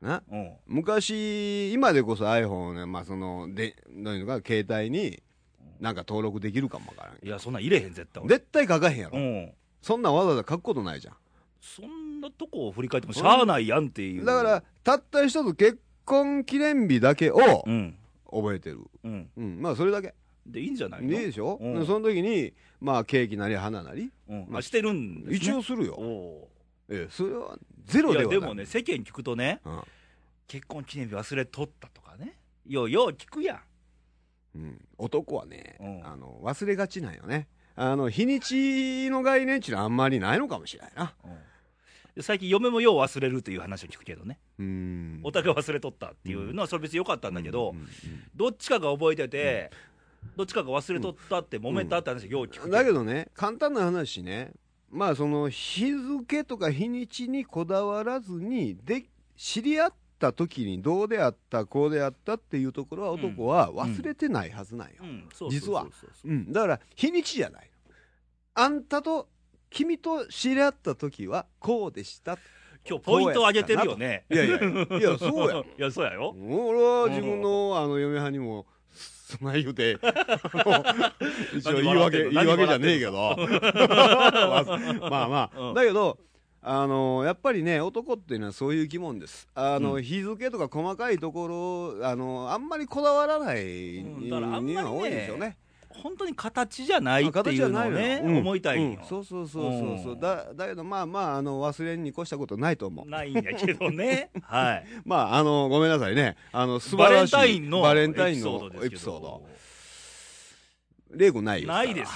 [SPEAKER 2] な
[SPEAKER 1] へん、うん
[SPEAKER 2] 昔今でこそ iPhone ねまあそのでどういうのか携帯になんか登録できるかもわからんけ
[SPEAKER 1] い
[SPEAKER 2] ど
[SPEAKER 1] やそんなん入れへん絶対俺
[SPEAKER 2] 絶対書かへんやろ、
[SPEAKER 1] うん
[SPEAKER 2] そんなんわざわざ書くことないじゃん
[SPEAKER 1] そんなとこを振り返ってもしゃあないやんっていう
[SPEAKER 2] だからたった一つ結婚記念日だけを
[SPEAKER 1] うん
[SPEAKER 2] 覚えてる
[SPEAKER 1] うん
[SPEAKER 2] うんまあそれだけ
[SPEAKER 1] でいいんじゃない
[SPEAKER 2] いい
[SPEAKER 1] の
[SPEAKER 2] でしょ、
[SPEAKER 1] うん
[SPEAKER 2] でその時にまあケーキなり花なり
[SPEAKER 1] うん、あしてるんです、
[SPEAKER 2] 一
[SPEAKER 1] ね、
[SPEAKER 2] 応するよ、
[SPEAKER 1] 応
[SPEAKER 2] ええ、それはゼロ
[SPEAKER 1] い
[SPEAKER 2] で
[SPEAKER 1] や
[SPEAKER 2] は
[SPEAKER 1] で
[SPEAKER 2] ない
[SPEAKER 1] もね世間聞くとね
[SPEAKER 2] うん
[SPEAKER 1] 結婚記念日忘れとったとかねようよう聞くやん
[SPEAKER 2] うん、男はね、
[SPEAKER 1] うん
[SPEAKER 2] あの忘れがちなんよねあの日にちの概念っていうのはあんまりないのかもしれないな
[SPEAKER 1] うんで最近嫁もよう忘れるという話を聞くけどね、
[SPEAKER 2] うん
[SPEAKER 1] お互い忘れとったっていうのはそれ別に良かったんだけど、
[SPEAKER 2] うんうん
[SPEAKER 1] どっちかが覚えてて、どっちかが忘れとったって揉めたって話をよう聞
[SPEAKER 2] う
[SPEAKER 1] く
[SPEAKER 2] んだけ
[SPEAKER 1] ど、
[SPEAKER 2] どね簡単な話ねまあその日付とか日にちにこだわらずにで知り合った時にどうであったこうであったっていうところは男は忘れてないはずなんよ、
[SPEAKER 1] うん、そうそうそうそう
[SPEAKER 2] 実はうん、だから日にちじゃないあんたと君と知り合った時はこうでした
[SPEAKER 1] 今日ポイントを上げてるよね
[SPEAKER 2] いやいやいやいやそうや
[SPEAKER 1] *laughs* いやそうやよ、
[SPEAKER 2] 俺は自分のあの嫁はんにもそない言
[SPEAKER 1] *laughs*
[SPEAKER 2] うてあの一応言い訳言い
[SPEAKER 1] 何笑ってんの
[SPEAKER 2] 訳じ
[SPEAKER 1] *laughs*
[SPEAKER 2] ゃねえけどまあまあ、
[SPEAKER 1] うん
[SPEAKER 2] だけどあのやっぱりね男っていうのはそういう疑問ですあの、
[SPEAKER 1] う
[SPEAKER 2] 日付とか細かいところあのあんまりこだわらない
[SPEAKER 1] うん
[SPEAKER 2] 人
[SPEAKER 1] だからあんまりね
[SPEAKER 2] が多いんでしょうね,、
[SPEAKER 1] 本当に形じゃないっていうのをね、
[SPEAKER 2] うん
[SPEAKER 1] 思いたいんよ、
[SPEAKER 2] うんそうそうそうそうそう
[SPEAKER 1] うん
[SPEAKER 2] だだけどまあまああの忘れんに越したことないと思う
[SPEAKER 1] ないんやけど
[SPEAKER 2] *laughs*
[SPEAKER 1] ねはい
[SPEAKER 2] まああのごめんなさいねあの素
[SPEAKER 1] バ
[SPEAKER 2] 晴
[SPEAKER 1] レ
[SPEAKER 2] ら
[SPEAKER 1] ン
[SPEAKER 2] しい
[SPEAKER 1] タインの
[SPEAKER 2] バレンタイン
[SPEAKER 1] エ
[SPEAKER 2] の
[SPEAKER 1] ピソードですけど
[SPEAKER 2] エピソードレイ君ないよ
[SPEAKER 1] ないです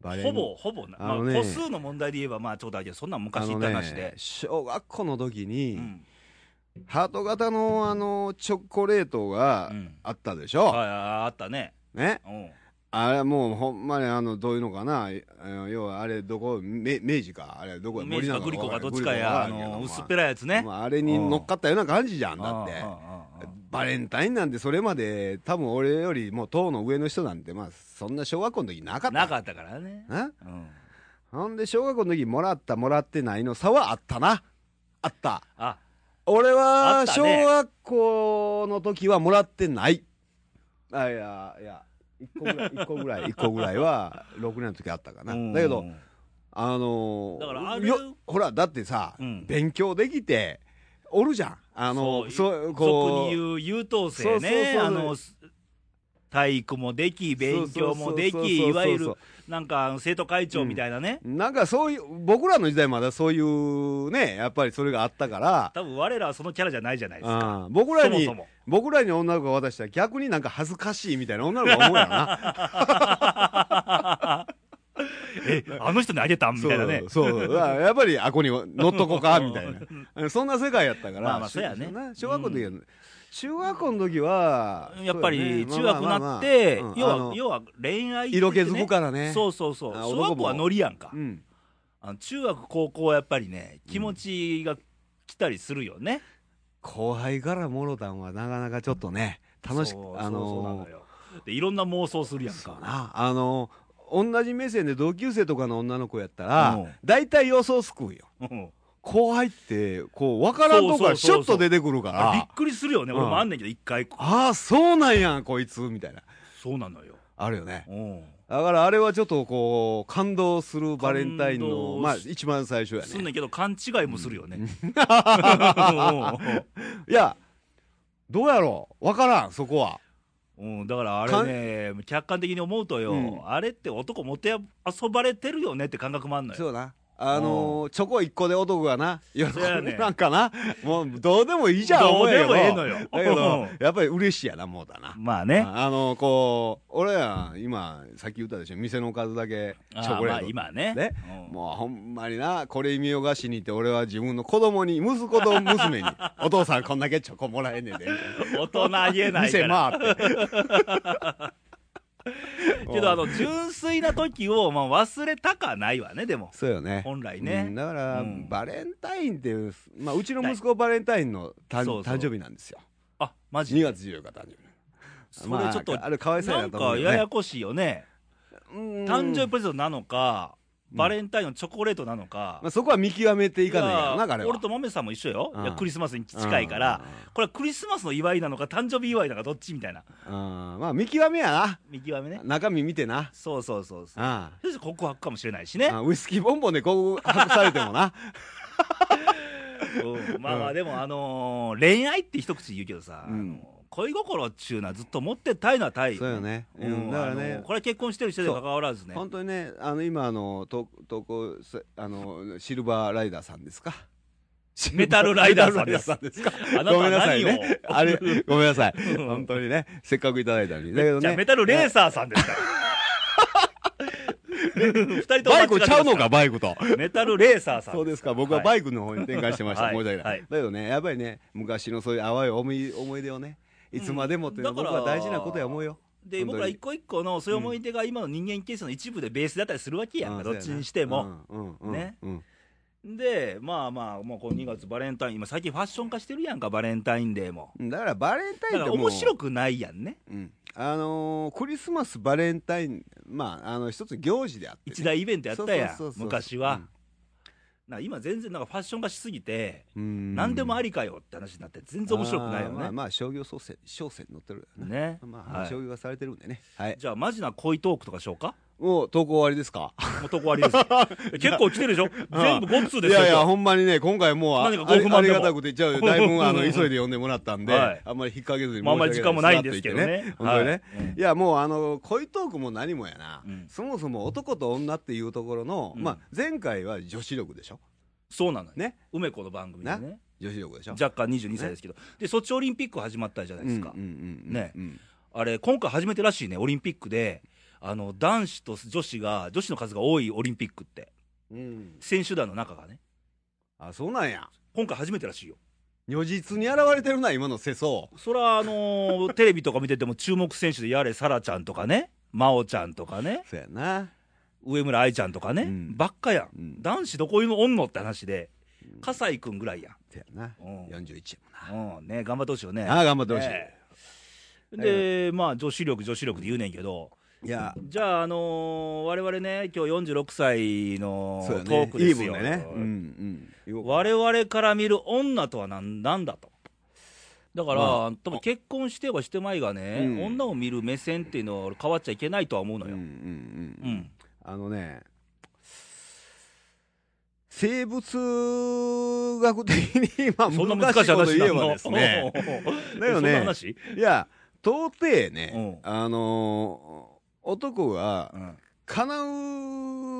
[SPEAKER 2] バレ
[SPEAKER 1] ほ
[SPEAKER 2] ン
[SPEAKER 1] ぼほぼな、ま
[SPEAKER 2] あ
[SPEAKER 1] あ
[SPEAKER 2] のね
[SPEAKER 1] 個数の問題で言えばまあちょうどあれそんなん
[SPEAKER 2] あ
[SPEAKER 1] 昔言
[SPEAKER 2] の
[SPEAKER 1] った話
[SPEAKER 2] ね
[SPEAKER 1] で、
[SPEAKER 2] 小学校の時に、
[SPEAKER 1] うん
[SPEAKER 2] ハート型のあのチョコレートが
[SPEAKER 1] うん
[SPEAKER 2] あったでし
[SPEAKER 1] あ
[SPEAKER 2] ょ、
[SPEAKER 1] ああったね
[SPEAKER 2] ね
[SPEAKER 1] うん
[SPEAKER 2] あれもうほんまにあのどういうのかなあの要はあれどこめ明治かあれどこや
[SPEAKER 1] 明治か
[SPEAKER 2] 森永
[SPEAKER 1] グリコかどっ
[SPEAKER 2] グ
[SPEAKER 1] ち
[SPEAKER 2] リ
[SPEAKER 1] かやあ
[SPEAKER 2] わらんけど
[SPEAKER 1] の薄っ
[SPEAKER 2] ま
[SPEAKER 1] ぺらいやつ
[SPEAKER 2] あ
[SPEAKER 1] ね
[SPEAKER 2] まああれに乗っかったような感じじゃんだって
[SPEAKER 1] うんうんうんうん
[SPEAKER 2] バレンタインなんてそれまで多分俺よりもう党の上の人なんてまあそんな小学校の時なかった
[SPEAKER 1] なかったからね
[SPEAKER 2] な
[SPEAKER 1] うん
[SPEAKER 2] ほんで小学校の時もらったもらってないの差はあったなあった
[SPEAKER 1] あ
[SPEAKER 2] 俺
[SPEAKER 1] あっ
[SPEAKER 2] は
[SPEAKER 1] た
[SPEAKER 2] 小
[SPEAKER 1] ね
[SPEAKER 2] 学校の時はもらってないあいやいや1個ぐらい1個ぐらい1
[SPEAKER 1] *laughs*
[SPEAKER 2] 個ぐらいは6年の時あったかな
[SPEAKER 1] うん
[SPEAKER 2] だけどあのー
[SPEAKER 1] だからある
[SPEAKER 2] よほらだってさ、
[SPEAKER 1] うん
[SPEAKER 2] 勉強できておるじゃんあの
[SPEAKER 1] そう
[SPEAKER 2] こ
[SPEAKER 1] 俗に言う優等生ね
[SPEAKER 2] そうそうそう
[SPEAKER 1] あのす体育もでき勉強もで
[SPEAKER 2] そうそうそうそうそう
[SPEAKER 1] きいわゆるなんかあの生徒会長みたいなね、
[SPEAKER 2] なんかそういう、僕らの時代まだそういうね、やっぱりそれがあったから、
[SPEAKER 1] 多分我らはそのキャラじゃないじゃないですか
[SPEAKER 2] うん僕らに
[SPEAKER 1] そもそも
[SPEAKER 2] 僕らに女の子が渡したら逆になんか恥ずかしいみたいな女の子が思うやろな。
[SPEAKER 1] えあの人にあげた *laughs* みたいなね
[SPEAKER 2] そうそう。だからやっぱりあこに乗っとこうか、みたいな。 *laughs* そんな世界やったから。
[SPEAKER 1] まあまあそうやね
[SPEAKER 2] 小学校の時は、中学校の時は、
[SPEAKER 1] やっぱり
[SPEAKER 2] そ
[SPEAKER 1] 中
[SPEAKER 2] うやね
[SPEAKER 1] 学になって、
[SPEAKER 2] まあまあまあうん
[SPEAKER 1] 要は
[SPEAKER 2] あの
[SPEAKER 1] 要は恋愛ってね
[SPEAKER 2] 色気づくからね。
[SPEAKER 1] そうそうそう
[SPEAKER 2] あ
[SPEAKER 1] 小
[SPEAKER 2] 男
[SPEAKER 1] 学校
[SPEAKER 2] も
[SPEAKER 1] はノリやんか、
[SPEAKER 2] うん。
[SPEAKER 1] あの中学高校はやっぱりね気持ちが来たりするよね、
[SPEAKER 2] 後輩からもろたんはなかなかちょっとね、楽し
[SPEAKER 1] そ
[SPEAKER 2] く
[SPEAKER 1] う、そう
[SPEAKER 2] あ
[SPEAKER 1] そうな
[SPEAKER 2] の
[SPEAKER 1] のよでいろんな妄想するやん
[SPEAKER 2] そう
[SPEAKER 1] か
[SPEAKER 2] なあの同じ目線で同級生とかの女の子やったら
[SPEAKER 1] うん
[SPEAKER 2] 大体予想すくんよ
[SPEAKER 1] うん
[SPEAKER 2] 後輩ってこう分からんとこからシ
[SPEAKER 1] そ
[SPEAKER 2] ュ
[SPEAKER 1] う
[SPEAKER 2] ッ
[SPEAKER 1] そうそうそう
[SPEAKER 2] と出てくるか
[SPEAKER 1] びっ
[SPEAKER 2] ら
[SPEAKER 1] くりするよね、
[SPEAKER 2] うん
[SPEAKER 1] 俺もあんねんけど一回
[SPEAKER 2] ああそうなんやんこいつみたいな
[SPEAKER 1] そうなのよ、
[SPEAKER 2] あるよね
[SPEAKER 1] うん、
[SPEAKER 2] だからあれはちょっとこう感動するバレンタイン
[SPEAKER 1] 感動
[SPEAKER 2] の
[SPEAKER 1] し
[SPEAKER 2] まあ一番最初や
[SPEAKER 1] すん
[SPEAKER 2] ね
[SPEAKER 1] ねんけど勘違いもするよね、
[SPEAKER 2] いやどうやろう分からんそこは
[SPEAKER 1] うん、だからあれね客観的に思うとよ、
[SPEAKER 2] うん
[SPEAKER 1] あれって男もて遊ばれてるよねって感覚もあんのよ
[SPEAKER 2] うだあのーチョコ一個で男がな喜
[SPEAKER 1] うやね
[SPEAKER 2] ぶなんかなもうどうでもいいじゃん
[SPEAKER 1] どうでも
[SPEAKER 2] 思
[SPEAKER 1] ええ
[SPEAKER 2] ん
[SPEAKER 1] の
[SPEAKER 2] や
[SPEAKER 1] よ
[SPEAKER 2] けどだ
[SPEAKER 1] う
[SPEAKER 2] けどやっぱり嬉しいやなもうだな
[SPEAKER 1] まあね
[SPEAKER 2] ああのこう俺ら今さっき言ったでしょ店の数だけチ
[SPEAKER 1] あー
[SPEAKER 2] ョコレ
[SPEAKER 1] まあ
[SPEAKER 2] ート
[SPEAKER 1] 今ね
[SPEAKER 2] ね
[SPEAKER 1] うん
[SPEAKER 2] もうほんまになこれ見よがしにって俺は自分の子供に息子と娘に *laughs* お父さんこんだけチョコもらえんねんで
[SPEAKER 1] *laughs* 大人げないか
[SPEAKER 2] 店
[SPEAKER 1] ら
[SPEAKER 2] 回って
[SPEAKER 1] *laughs* けけど、あの、純粋な時を、まあ、忘れたかないわね、でも。
[SPEAKER 2] そうよね
[SPEAKER 1] 本来ね
[SPEAKER 2] うんだから、
[SPEAKER 1] うん
[SPEAKER 2] バレンタインっていう、まあ、うちの息子はバレンタインの誕
[SPEAKER 1] そうそう
[SPEAKER 2] 誕生日なんですよ
[SPEAKER 1] あ、マジ
[SPEAKER 2] 2月14日誕生日
[SPEAKER 1] それちょっと、
[SPEAKER 2] まあ、あれかわいそう
[SPEAKER 1] な
[SPEAKER 2] やなんと思う
[SPEAKER 1] か
[SPEAKER 2] けど
[SPEAKER 1] や
[SPEAKER 2] ね
[SPEAKER 1] やこしいよね。
[SPEAKER 2] *laughs* うん
[SPEAKER 1] 誕生日プレゼントなのか、
[SPEAKER 2] うん
[SPEAKER 1] バレンタインのチョコレートなのか。
[SPEAKER 2] まあ、そこは見極めていかないからな
[SPEAKER 1] だ
[SPEAKER 2] 彼は
[SPEAKER 1] 俺と豆さんも一緒よ。
[SPEAKER 2] うん
[SPEAKER 1] いやクリスマスに近いから、これはクリスマスの祝いなのか、誕生日祝いなのか、どっちみたいな。
[SPEAKER 2] うんうんまあ見極めや
[SPEAKER 1] 見極めね
[SPEAKER 2] な。中身見てな
[SPEAKER 1] そうそうそうそう。
[SPEAKER 2] あ
[SPEAKER 1] そして告白かもしれないし
[SPEAKER 2] あ
[SPEAKER 1] ね。
[SPEAKER 2] ああウイスキーボンボンで告白されて
[SPEAKER 1] *laughs*
[SPEAKER 2] もな
[SPEAKER 1] うんまあまあ、でも、あのー恋愛って一口言うけどさ、
[SPEAKER 2] うん
[SPEAKER 1] あの恋心っちゅうのはずっと持ってたいのはたい
[SPEAKER 2] そうよね、う
[SPEAKER 1] うんん、
[SPEAKER 2] だから
[SPEAKER 1] あ
[SPEAKER 2] ね
[SPEAKER 1] のこれは結婚してる人で関わらずね。
[SPEAKER 2] 本当にねあの今あの投投稿せあのシルバーライダーさんですか
[SPEAKER 1] *laughs* メタルライダーさんです
[SPEAKER 2] メタルライダーさんですか
[SPEAKER 1] あなた
[SPEAKER 2] ごめ
[SPEAKER 1] は
[SPEAKER 2] んなさい
[SPEAKER 1] 何を、
[SPEAKER 2] ねあれごめんなさい
[SPEAKER 1] *laughs* うん
[SPEAKER 2] 本当にねせっかくいただいたのにだけど
[SPEAKER 1] じゃあ
[SPEAKER 2] ね
[SPEAKER 1] メタルレーサーさんですから。
[SPEAKER 2] *laughs*
[SPEAKER 1] 二人とも
[SPEAKER 2] バ
[SPEAKER 1] 間違
[SPEAKER 2] イ
[SPEAKER 1] ってま
[SPEAKER 2] ク
[SPEAKER 1] す
[SPEAKER 2] ちゃうのかバイクと
[SPEAKER 1] らメタルレーサーさん。
[SPEAKER 2] そうですか僕はバ
[SPEAKER 1] イ
[SPEAKER 2] イクの方に転換してました、
[SPEAKER 1] はい
[SPEAKER 2] 申し訳ない、
[SPEAKER 1] はい
[SPEAKER 2] だけどねやっぱりね昔のそういう淡い思い思い出をねいつまでもっていうのは
[SPEAKER 1] うんだ
[SPEAKER 2] 僕
[SPEAKER 1] から
[SPEAKER 2] は大事なことや思うよ、
[SPEAKER 1] で、僕ら一個一個のそういう思い出が今の人間形成の一部でベースだったりするわけやん
[SPEAKER 2] う
[SPEAKER 1] か、
[SPEAKER 2] ん
[SPEAKER 1] どっちにしても。、
[SPEAKER 2] そうやなうんうんうん
[SPEAKER 1] ね
[SPEAKER 2] うん
[SPEAKER 1] で、まあまあ、もうこの2月バレンタイン、今最近ファッション化してるやんか、バレンタインデーも。
[SPEAKER 2] だからバレンタイ
[SPEAKER 1] だ
[SPEAKER 2] ン
[SPEAKER 1] か
[SPEAKER 2] って
[SPEAKER 1] ら
[SPEAKER 2] もう
[SPEAKER 1] 面白くないやんね。
[SPEAKER 2] うんあのークリスマスバレンタインまああの一つ行事であってね、
[SPEAKER 1] 一大イベントやったやん
[SPEAKER 2] そうそうそうそう
[SPEAKER 1] 昔は、な今全然なんかファッション化しすぎて、
[SPEAKER 2] うん
[SPEAKER 1] 何でもあ
[SPEAKER 2] り
[SPEAKER 1] りかよって話になって全然面白くないよね
[SPEAKER 2] まあまあ商業創生商成に乗ってるよね
[SPEAKER 1] ね、
[SPEAKER 2] まあ、
[SPEAKER 1] はい
[SPEAKER 2] 商業がされてるんでねはい
[SPEAKER 1] じゃあマジな恋トークとかしようか
[SPEAKER 2] もう投稿終わりですか
[SPEAKER 1] もうとこあり
[SPEAKER 2] *laughs*
[SPEAKER 1] です結構来てるでしょ全部5通ですよ
[SPEAKER 2] いやいや、
[SPEAKER 1] 今日
[SPEAKER 2] ほんまにね、今回もう、あ
[SPEAKER 1] 何かご
[SPEAKER 2] あ
[SPEAKER 1] 不満で
[SPEAKER 2] り
[SPEAKER 1] も
[SPEAKER 2] ありがたくて、
[SPEAKER 1] *laughs*
[SPEAKER 2] じゃあ、だいぶ、あの、
[SPEAKER 1] うん
[SPEAKER 2] 急いで読んでもらったんで、
[SPEAKER 1] はい
[SPEAKER 2] あんまり引っ掛けずに申し訳いす。
[SPEAKER 1] まああんまり時間もないんですけどね
[SPEAKER 2] スラッと言って本当にね。
[SPEAKER 1] はいうん
[SPEAKER 2] いや、もう、あの、恋トークも何もやな、
[SPEAKER 1] うん
[SPEAKER 2] そもそも男と女っていうところの、
[SPEAKER 1] うん
[SPEAKER 2] まあ、前回は女子力でしょ
[SPEAKER 1] そうなのよ、
[SPEAKER 2] ね
[SPEAKER 1] 梅子の番組でね
[SPEAKER 2] 女子力でしょ
[SPEAKER 1] 若干22歳ですけど、でソチオリンピック始まったじゃないですか、
[SPEAKER 2] うんうんうんうん
[SPEAKER 1] ね
[SPEAKER 2] うん
[SPEAKER 1] あれ今回初めてらしいねオリンピックであの男子と女子が女子の数が多いオリンピックって
[SPEAKER 2] うん
[SPEAKER 1] 選手団の中がね
[SPEAKER 2] あ、そうなんや。
[SPEAKER 1] 今回初めてらしいよ
[SPEAKER 2] 如実に現れてるな、今の世相。
[SPEAKER 1] そらあのーテレビとか見てても注目選手でやれ沙羅ちゃんとかね真央ちゃんとかね
[SPEAKER 2] そうやな。
[SPEAKER 1] 上村愛ちゃんとかね、
[SPEAKER 2] うん
[SPEAKER 1] ばっかやん、
[SPEAKER 2] うん
[SPEAKER 1] 男子どこいのおんのって話で
[SPEAKER 2] うん
[SPEAKER 1] 葛西君ぐらいや
[SPEAKER 2] そうやな。
[SPEAKER 1] うん
[SPEAKER 2] 41やもんな。
[SPEAKER 1] ん、うんね、頑張ってほしいよね
[SPEAKER 2] ああ、頑張ってほしい。
[SPEAKER 1] ねでまあ女子力女子力で言うねんけど
[SPEAKER 2] いや、
[SPEAKER 1] じゃああのー、我々ね今日46歳の
[SPEAKER 2] そうや
[SPEAKER 1] トー
[SPEAKER 2] ね
[SPEAKER 1] ク。
[SPEAKER 2] い
[SPEAKER 1] で
[SPEAKER 2] い
[SPEAKER 1] すよ
[SPEAKER 2] 分でね。うんうん言おうか。
[SPEAKER 1] 我々から見る女とは何なんだとだから、
[SPEAKER 2] ま
[SPEAKER 1] 多分結婚してはしてまいがね、
[SPEAKER 2] うん
[SPEAKER 1] 女を見る目線っていうのは俺変わっちゃいけないとは思うのよ、
[SPEAKER 2] う
[SPEAKER 1] うん
[SPEAKER 2] うんんうんあのね生物学的にまあ
[SPEAKER 1] そんな
[SPEAKER 2] 難
[SPEAKER 1] 難
[SPEAKER 2] し
[SPEAKER 1] し
[SPEAKER 2] い
[SPEAKER 1] い
[SPEAKER 2] こと
[SPEAKER 1] 話な
[SPEAKER 2] 言え
[SPEAKER 1] の
[SPEAKER 2] ばですね
[SPEAKER 1] *laughs*
[SPEAKER 2] だ
[SPEAKER 1] そ
[SPEAKER 2] よね
[SPEAKER 1] んな話、
[SPEAKER 2] いや到底ね
[SPEAKER 1] う
[SPEAKER 2] あのー男が
[SPEAKER 1] うん
[SPEAKER 2] 叶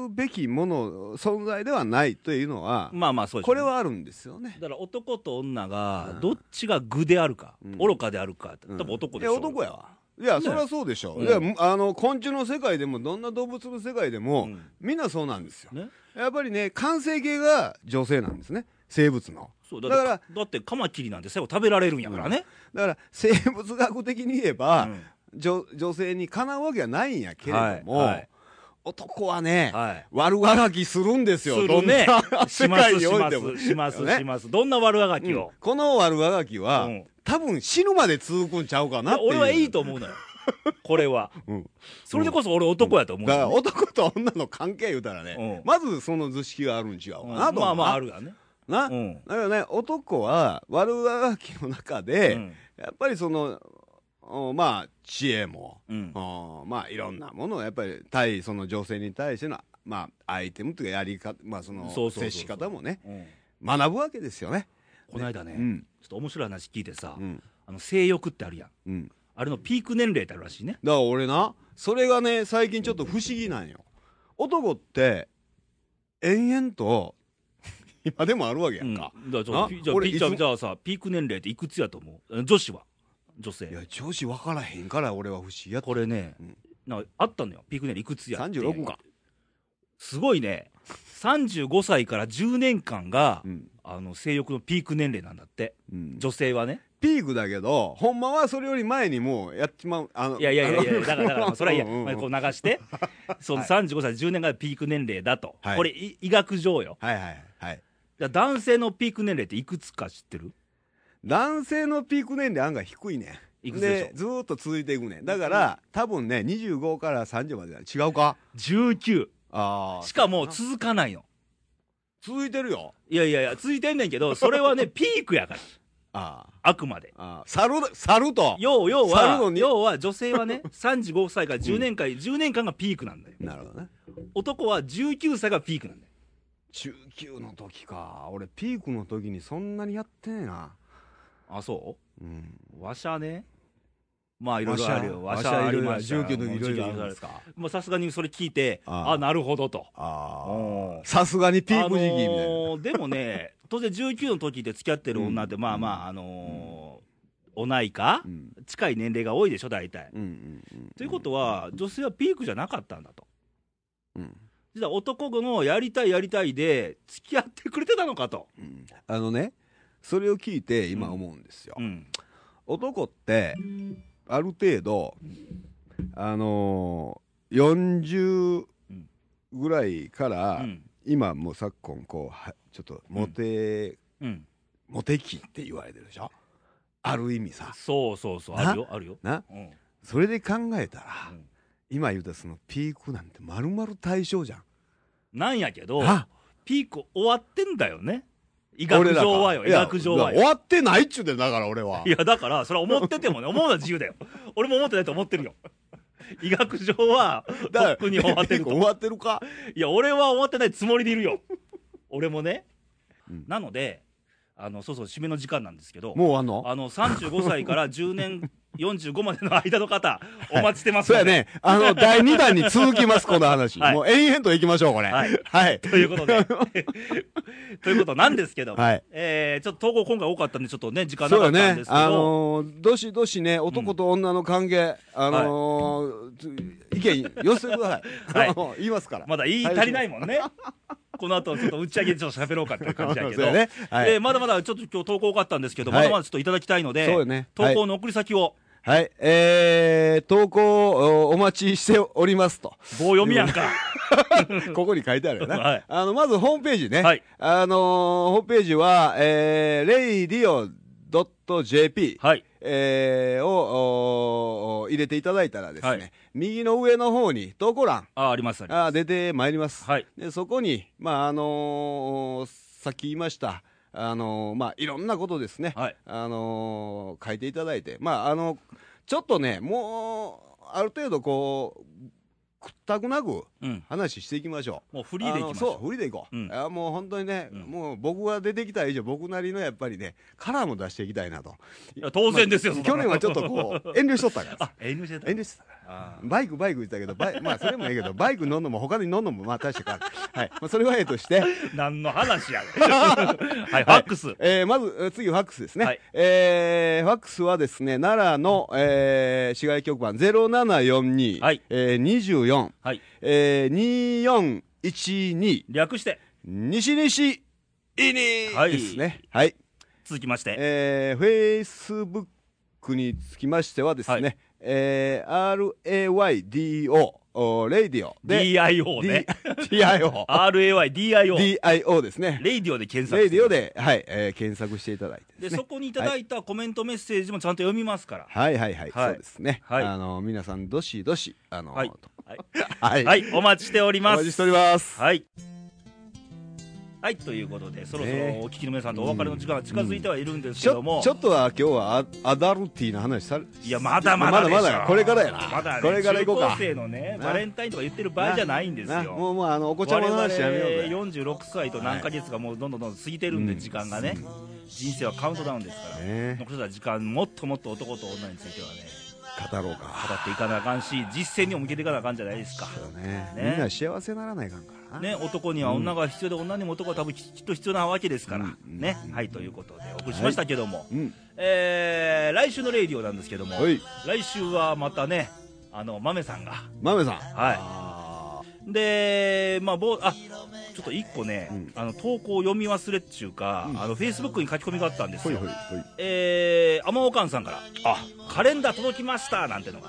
[SPEAKER 2] うべきもの存在ではないというのは
[SPEAKER 1] まあまあそうです、ね、
[SPEAKER 2] これはあるんですよね
[SPEAKER 1] だから男と女が
[SPEAKER 2] うん
[SPEAKER 1] どっちが具であるか、
[SPEAKER 2] うん
[SPEAKER 1] 愚かであるかって
[SPEAKER 2] うん
[SPEAKER 1] 多分男
[SPEAKER 2] い
[SPEAKER 1] でし
[SPEAKER 2] や
[SPEAKER 1] ょ、
[SPEAKER 2] 男やわいや
[SPEAKER 1] ね
[SPEAKER 2] そりゃそうでしょ
[SPEAKER 1] うん
[SPEAKER 2] いやむあの昆虫の世界でもどんな動物の世界で
[SPEAKER 1] う
[SPEAKER 2] も
[SPEAKER 1] ん
[SPEAKER 2] みんなそうなんですよ
[SPEAKER 1] ね、
[SPEAKER 2] やっぱりね完成形が女性なんですね生物の
[SPEAKER 1] そうだ
[SPEAKER 2] だ
[SPEAKER 1] か
[SPEAKER 2] から
[SPEAKER 1] らだってカマキリなんて最後食べられるんやからね、
[SPEAKER 2] だから生物学的に言え
[SPEAKER 1] う
[SPEAKER 2] ば、
[SPEAKER 1] ん
[SPEAKER 2] 女女性にかなうわけはないんやけれども、
[SPEAKER 1] はいはい
[SPEAKER 2] 男はね、
[SPEAKER 1] はい
[SPEAKER 2] 悪がらきするんですよ
[SPEAKER 1] するね
[SPEAKER 2] どんな
[SPEAKER 1] し
[SPEAKER 2] 世
[SPEAKER 1] ます
[SPEAKER 2] 界に
[SPEAKER 1] し
[SPEAKER 2] おい
[SPEAKER 1] ま
[SPEAKER 2] ても
[SPEAKER 1] すします
[SPEAKER 2] ね
[SPEAKER 1] しますどんな悪あがきを、
[SPEAKER 2] この悪がらきは、
[SPEAKER 1] うん
[SPEAKER 2] 多分死ぬまで続くんちゃうか
[SPEAKER 1] いや
[SPEAKER 2] なっていう
[SPEAKER 1] 俺はいいと思
[SPEAKER 2] *laughs*
[SPEAKER 1] うのよこれは
[SPEAKER 2] うん
[SPEAKER 1] それでこそ俺男やと思う
[SPEAKER 2] だから
[SPEAKER 1] のよ、
[SPEAKER 2] 男と女の関係言うたらね、
[SPEAKER 1] うん
[SPEAKER 2] まずその図式があるん違うか
[SPEAKER 1] うん
[SPEAKER 2] なと思うな、
[SPEAKER 1] まあまああるがね、
[SPEAKER 2] な、
[SPEAKER 1] うん
[SPEAKER 2] だからね男は悪がらきの中で、
[SPEAKER 1] うん
[SPEAKER 2] やっぱりそのおまあ知恵も、
[SPEAKER 1] うん
[SPEAKER 2] おまあいろんなものをやっぱり対その女性に対してのまあアイテムというかやり方まあその
[SPEAKER 1] そうそうそうそう
[SPEAKER 2] 接し方もね
[SPEAKER 1] うん
[SPEAKER 2] 学ぶわけですよね。
[SPEAKER 1] この間ね、
[SPEAKER 2] うん
[SPEAKER 1] ちょっと面白い話聞いてさ、
[SPEAKER 2] うん
[SPEAKER 1] あの性欲ってあるやん
[SPEAKER 2] うん。だか
[SPEAKER 1] あれのピーク年齢ってあるらしいね
[SPEAKER 2] ら俺なそれがね最近ちょっと不思議なんよ。男って延々
[SPEAKER 1] *laughs*
[SPEAKER 2] と今でもあるわけやんか。
[SPEAKER 1] うん、だから
[SPEAKER 2] な
[SPEAKER 1] ちょじゃあ
[SPEAKER 2] 俺
[SPEAKER 1] ピッチャ
[SPEAKER 2] いつ
[SPEAKER 1] ーじゃあさピーク年齢っていくつやと思う女子は女
[SPEAKER 2] いや
[SPEAKER 1] 性
[SPEAKER 2] 調子分からへんから俺は不思議やと
[SPEAKER 1] これね、
[SPEAKER 2] うん
[SPEAKER 1] なんかあったのよピーク年齢いくつやって
[SPEAKER 2] 36か。
[SPEAKER 1] すごいね35歳から10年間が、
[SPEAKER 2] うん
[SPEAKER 1] あの性欲のピーク年齢なんだって
[SPEAKER 2] うん
[SPEAKER 1] 女性はね
[SPEAKER 2] ピークだけどほんまはそれより前にもうやっちまうあの
[SPEAKER 1] いやいやいやいや、だから、だから、それはいや、
[SPEAKER 2] うんうんうん
[SPEAKER 1] まあこう流して、その35歳、10年がピーク年齢だと。
[SPEAKER 2] はい
[SPEAKER 1] これ、い医学上よ。
[SPEAKER 2] はいはい
[SPEAKER 1] だ
[SPEAKER 2] はい
[SPEAKER 1] から男性のピーク年齢っていくつか知ってる
[SPEAKER 2] 男性のピーク年齢案外低いね
[SPEAKER 1] いくつでしょう
[SPEAKER 2] ずーっと続いていくねだから、多分ね25から30までだ違うか
[SPEAKER 1] ?19。
[SPEAKER 2] あー
[SPEAKER 1] しかも続かないの。
[SPEAKER 2] 続いてるよ
[SPEAKER 1] いやいやいや、続いてんねんけど、それはね、
[SPEAKER 2] *laughs*
[SPEAKER 1] ピークやから。
[SPEAKER 2] あー
[SPEAKER 1] あくまで。
[SPEAKER 2] あー猿だ猿と
[SPEAKER 1] 要要は
[SPEAKER 2] 猿の、に
[SPEAKER 1] 要は女性はね、35歳から10年間、10年間がピークなんだよ。
[SPEAKER 2] なるほどね
[SPEAKER 1] 男は19歳がピークなんだよ。
[SPEAKER 2] 中級の時か俺ピークの時にそんなにやってねえな
[SPEAKER 1] あ、そ
[SPEAKER 2] うん
[SPEAKER 1] うわしゃね。まあ、いろいろあるよ。わしゃあ
[SPEAKER 2] いろ
[SPEAKER 1] り
[SPEAKER 2] いろ
[SPEAKER 1] ましたよ。
[SPEAKER 2] 19の時いろいろあるん
[SPEAKER 1] 19
[SPEAKER 2] ですか
[SPEAKER 1] もうさすがにそれ聞いて、
[SPEAKER 2] あー
[SPEAKER 1] あなるほどと。
[SPEAKER 2] ああ
[SPEAKER 1] うん
[SPEAKER 2] さすがにピーク時期みたいな、
[SPEAKER 1] あのーでも
[SPEAKER 2] *laughs*
[SPEAKER 1] ね、当然19の時で付き合ってる女って、まあまあ、あのーおないか
[SPEAKER 2] う、ん
[SPEAKER 1] 近い年齢が多いでしょ、大体。
[SPEAKER 2] うんうんうん
[SPEAKER 1] ということは、女性はピークじゃなかったんだと。
[SPEAKER 2] うん
[SPEAKER 1] 実は男のやりたいやりたいで、付き合ってくれてたのかと。
[SPEAKER 2] うんあのねそれを聞いて今思うんですよ、
[SPEAKER 1] うん。
[SPEAKER 2] 男ってある程度あのー、
[SPEAKER 1] う
[SPEAKER 2] 40
[SPEAKER 1] ん
[SPEAKER 2] ぐらいか
[SPEAKER 1] う
[SPEAKER 2] ら、
[SPEAKER 1] ん。
[SPEAKER 2] 今もう昨今こうはちょっとモテ、
[SPEAKER 1] うん。
[SPEAKER 2] モテ期って言われてるでしょある意味さ
[SPEAKER 1] そうそうそう、
[SPEAKER 2] な
[SPEAKER 1] あるよ、あるよ。
[SPEAKER 2] な
[SPEAKER 1] うん。
[SPEAKER 2] それで考えたら、
[SPEAKER 1] うん
[SPEAKER 2] 今言うたそのピークなんて丸々対象じゃん
[SPEAKER 1] なんやけど、
[SPEAKER 2] あ
[SPEAKER 1] ピーク終わってんだよね。医学上はよ、医
[SPEAKER 2] 俺らが
[SPEAKER 1] 学上
[SPEAKER 2] いや
[SPEAKER 1] は
[SPEAKER 2] 終
[SPEAKER 1] よ。
[SPEAKER 2] わってないっちゅうでだから俺はい
[SPEAKER 1] や、だから、それは思って
[SPEAKER 2] *laughs*
[SPEAKER 1] てもね、思うのは自由だよ。俺も思ってないと思ってるよ。医学上は、とっくに終わってると
[SPEAKER 2] ピーク。終わってるか
[SPEAKER 1] いや、俺は終わってないつもりでいるよ。俺もね。
[SPEAKER 2] うん
[SPEAKER 1] なので、あの、そうそう、締めの時間なんですけど、
[SPEAKER 2] もうあんの
[SPEAKER 1] あの、35歳から10年、45までの間の方、お待ちしてます
[SPEAKER 2] そう
[SPEAKER 1] の
[SPEAKER 2] や
[SPEAKER 1] で。
[SPEAKER 2] ね。
[SPEAKER 1] *laughs*
[SPEAKER 2] あの、第2弾に続きます、この話。
[SPEAKER 1] はい
[SPEAKER 2] もう延々と行きましょう、これ。
[SPEAKER 1] は
[SPEAKER 2] はいい。
[SPEAKER 1] ということ
[SPEAKER 2] *laughs*
[SPEAKER 1] で。ということなんですけども、
[SPEAKER 2] はい
[SPEAKER 1] えー、ちょっと投稿今回多かったんで、ちょっとね、時間な
[SPEAKER 2] そう
[SPEAKER 1] か
[SPEAKER 2] よ
[SPEAKER 1] ったん
[SPEAKER 2] ね
[SPEAKER 1] で。すけど、
[SPEAKER 2] あのー、どしどしね、男と女の関係、あのー、つ意見寄せてくだ
[SPEAKER 1] *laughs*
[SPEAKER 2] さ。
[SPEAKER 1] はいい
[SPEAKER 2] あの言いますから。
[SPEAKER 1] まだ言い足りないもん
[SPEAKER 2] *laughs*
[SPEAKER 1] ね。この後、ちょっと打ち上げでちょっと喋ろうかっていう感じだけ
[SPEAKER 2] そ
[SPEAKER 1] ど、
[SPEAKER 2] うやね。はい。
[SPEAKER 1] えーまだまだちょっと今日投稿多かったんですけど、
[SPEAKER 2] はい
[SPEAKER 1] まだまだちょっといただきたいので、
[SPEAKER 2] そうよね
[SPEAKER 1] 投稿の送り先を、
[SPEAKER 2] はい。えー、投稿おお待ちしております
[SPEAKER 1] *laughs*
[SPEAKER 2] と。
[SPEAKER 1] 棒読みやんか。
[SPEAKER 2] ここに書いてあるよね。
[SPEAKER 1] はい
[SPEAKER 2] あの、まずホームページね。
[SPEAKER 1] はい
[SPEAKER 2] あのーホームページは、えー、radio.jp。
[SPEAKER 1] はい。
[SPEAKER 2] えーをおー入れていただいたらですね、
[SPEAKER 1] はい
[SPEAKER 2] 右の上の方に投稿欄
[SPEAKER 1] あ、あります、あります。
[SPEAKER 2] あー出てまいります、
[SPEAKER 1] はい
[SPEAKER 2] でそこに、まああのーさっき言いました、あのーまあ、いろんなことですね、
[SPEAKER 1] はい
[SPEAKER 2] あのー書いていただいて、まああのちょっとねもうある程度こうくったくなく
[SPEAKER 1] うん。
[SPEAKER 2] 話していきましょう
[SPEAKER 1] もうフリーでいきまし
[SPEAKER 2] あの
[SPEAKER 1] ょ
[SPEAKER 2] そうフリーでいこう、
[SPEAKER 1] うん
[SPEAKER 2] あもう本当にね、
[SPEAKER 1] うん
[SPEAKER 2] もう僕が出てきた以上僕なりのやっぱりねカラーも出していきたいなと
[SPEAKER 1] う。いや当然ですよ、
[SPEAKER 2] まあ
[SPEAKER 1] そんな
[SPEAKER 2] 去年
[SPEAKER 1] の
[SPEAKER 2] はちょっとこう遠慮しとったから
[SPEAKER 1] *laughs* あ
[SPEAKER 2] さ、
[SPEAKER 1] 遠慮してた。
[SPEAKER 2] 遠慮してたから
[SPEAKER 1] あー
[SPEAKER 2] バイクバイク言ってたけど
[SPEAKER 1] *laughs*
[SPEAKER 2] バイまあそれもええけどバイク乗んのも他に乗んのもまあ大して変わらんはい、まあ、それはええとして、
[SPEAKER 1] 何の話やね *laughs* んはい、ファックス。
[SPEAKER 2] えーまずえー次ファックスですね、
[SPEAKER 1] はい
[SPEAKER 2] えーファックスはですね奈良の、えー市街局番0742、
[SPEAKER 1] はい
[SPEAKER 2] えー、24、
[SPEAKER 1] はい。
[SPEAKER 2] えー、2412
[SPEAKER 1] 略して、
[SPEAKER 2] 西西イニ
[SPEAKER 1] はい
[SPEAKER 2] ですねはい
[SPEAKER 1] 続きまして。
[SPEAKER 2] えー、フェイスブックにつきましてはですね、
[SPEAKER 1] はい
[SPEAKER 2] えー、RAYDO おーレイディオで
[SPEAKER 1] DIO ね。
[SPEAKER 2] DIO
[SPEAKER 1] RAY、DIO。
[SPEAKER 2] DIO ですね
[SPEAKER 1] レイディオで検索
[SPEAKER 2] レイ
[SPEAKER 1] して
[SPEAKER 2] ディオで、はいえー、検索していただいて
[SPEAKER 1] で、
[SPEAKER 2] ですね
[SPEAKER 1] そこにいただいたコメントメッセージもちゃんと読みますから。
[SPEAKER 2] はいはいはい、
[SPEAKER 1] はい
[SPEAKER 2] そうですね、
[SPEAKER 1] はい
[SPEAKER 2] あの皆さんどしどしあの、
[SPEAKER 1] はい
[SPEAKER 2] と
[SPEAKER 1] はい。
[SPEAKER 2] はい
[SPEAKER 1] はい、お待ちしており
[SPEAKER 2] お
[SPEAKER 1] ま
[SPEAKER 2] 待ちし
[SPEAKER 1] す。
[SPEAKER 2] ております
[SPEAKER 1] はい。はい、ということで、そろそろお聞きの皆さんとお別れの時間が近づいてはいるんです
[SPEAKER 2] ち
[SPEAKER 1] けど
[SPEAKER 2] ょ
[SPEAKER 1] も
[SPEAKER 2] ちょ、っとは今日はアアダルティーな話され
[SPEAKER 1] いや、まだまだでしょ。
[SPEAKER 2] まだまだこれからやな
[SPEAKER 1] まだね
[SPEAKER 2] これから行こう
[SPEAKER 1] 中
[SPEAKER 2] か
[SPEAKER 1] 高生のね、
[SPEAKER 2] な
[SPEAKER 1] バレンタインとか言ってる場合じゃないんです
[SPEAKER 2] な
[SPEAKER 1] よ。
[SPEAKER 2] もうもうあのお子ちゃまの話やめよう
[SPEAKER 1] 我
[SPEAKER 2] ぜ
[SPEAKER 1] 々46歳と何ヶ月かもうどんどんどんどん過ぎてるんで、
[SPEAKER 2] うん
[SPEAKER 1] 時間がね、人生はカウントダウンですから、
[SPEAKER 2] ね
[SPEAKER 1] 残った時間もっともっと男と女についてはね
[SPEAKER 2] 語ろう
[SPEAKER 1] 語
[SPEAKER 2] か
[SPEAKER 1] っていかなあかんし実践にも向けていかなあかんじゃないですか
[SPEAKER 2] そうだね
[SPEAKER 1] ね
[SPEAKER 2] みんな幸せならないかんからな
[SPEAKER 1] ね、男には女が必要で、女にも男は多分ききっと必要なわけですから、
[SPEAKER 2] うん
[SPEAKER 1] ね、
[SPEAKER 2] うん
[SPEAKER 1] はいということでお送りしましたけども、
[SPEAKER 2] うん
[SPEAKER 1] えー来週のレイディオなんですけども、
[SPEAKER 2] はい
[SPEAKER 1] 来週はまたねあの豆さんが
[SPEAKER 2] 豆さん
[SPEAKER 1] はい
[SPEAKER 2] あー
[SPEAKER 1] で、まあ、ぼあちょっと一個ね、
[SPEAKER 2] うん
[SPEAKER 1] あの投稿を読み忘れっちゅうか、あのフェイスブックに書き込みがあったんです
[SPEAKER 2] ほい
[SPEAKER 1] よ、
[SPEAKER 2] ほいほい
[SPEAKER 1] えー、天おかんさんから、
[SPEAKER 2] あ
[SPEAKER 1] カレンダー届きましたなんてのが、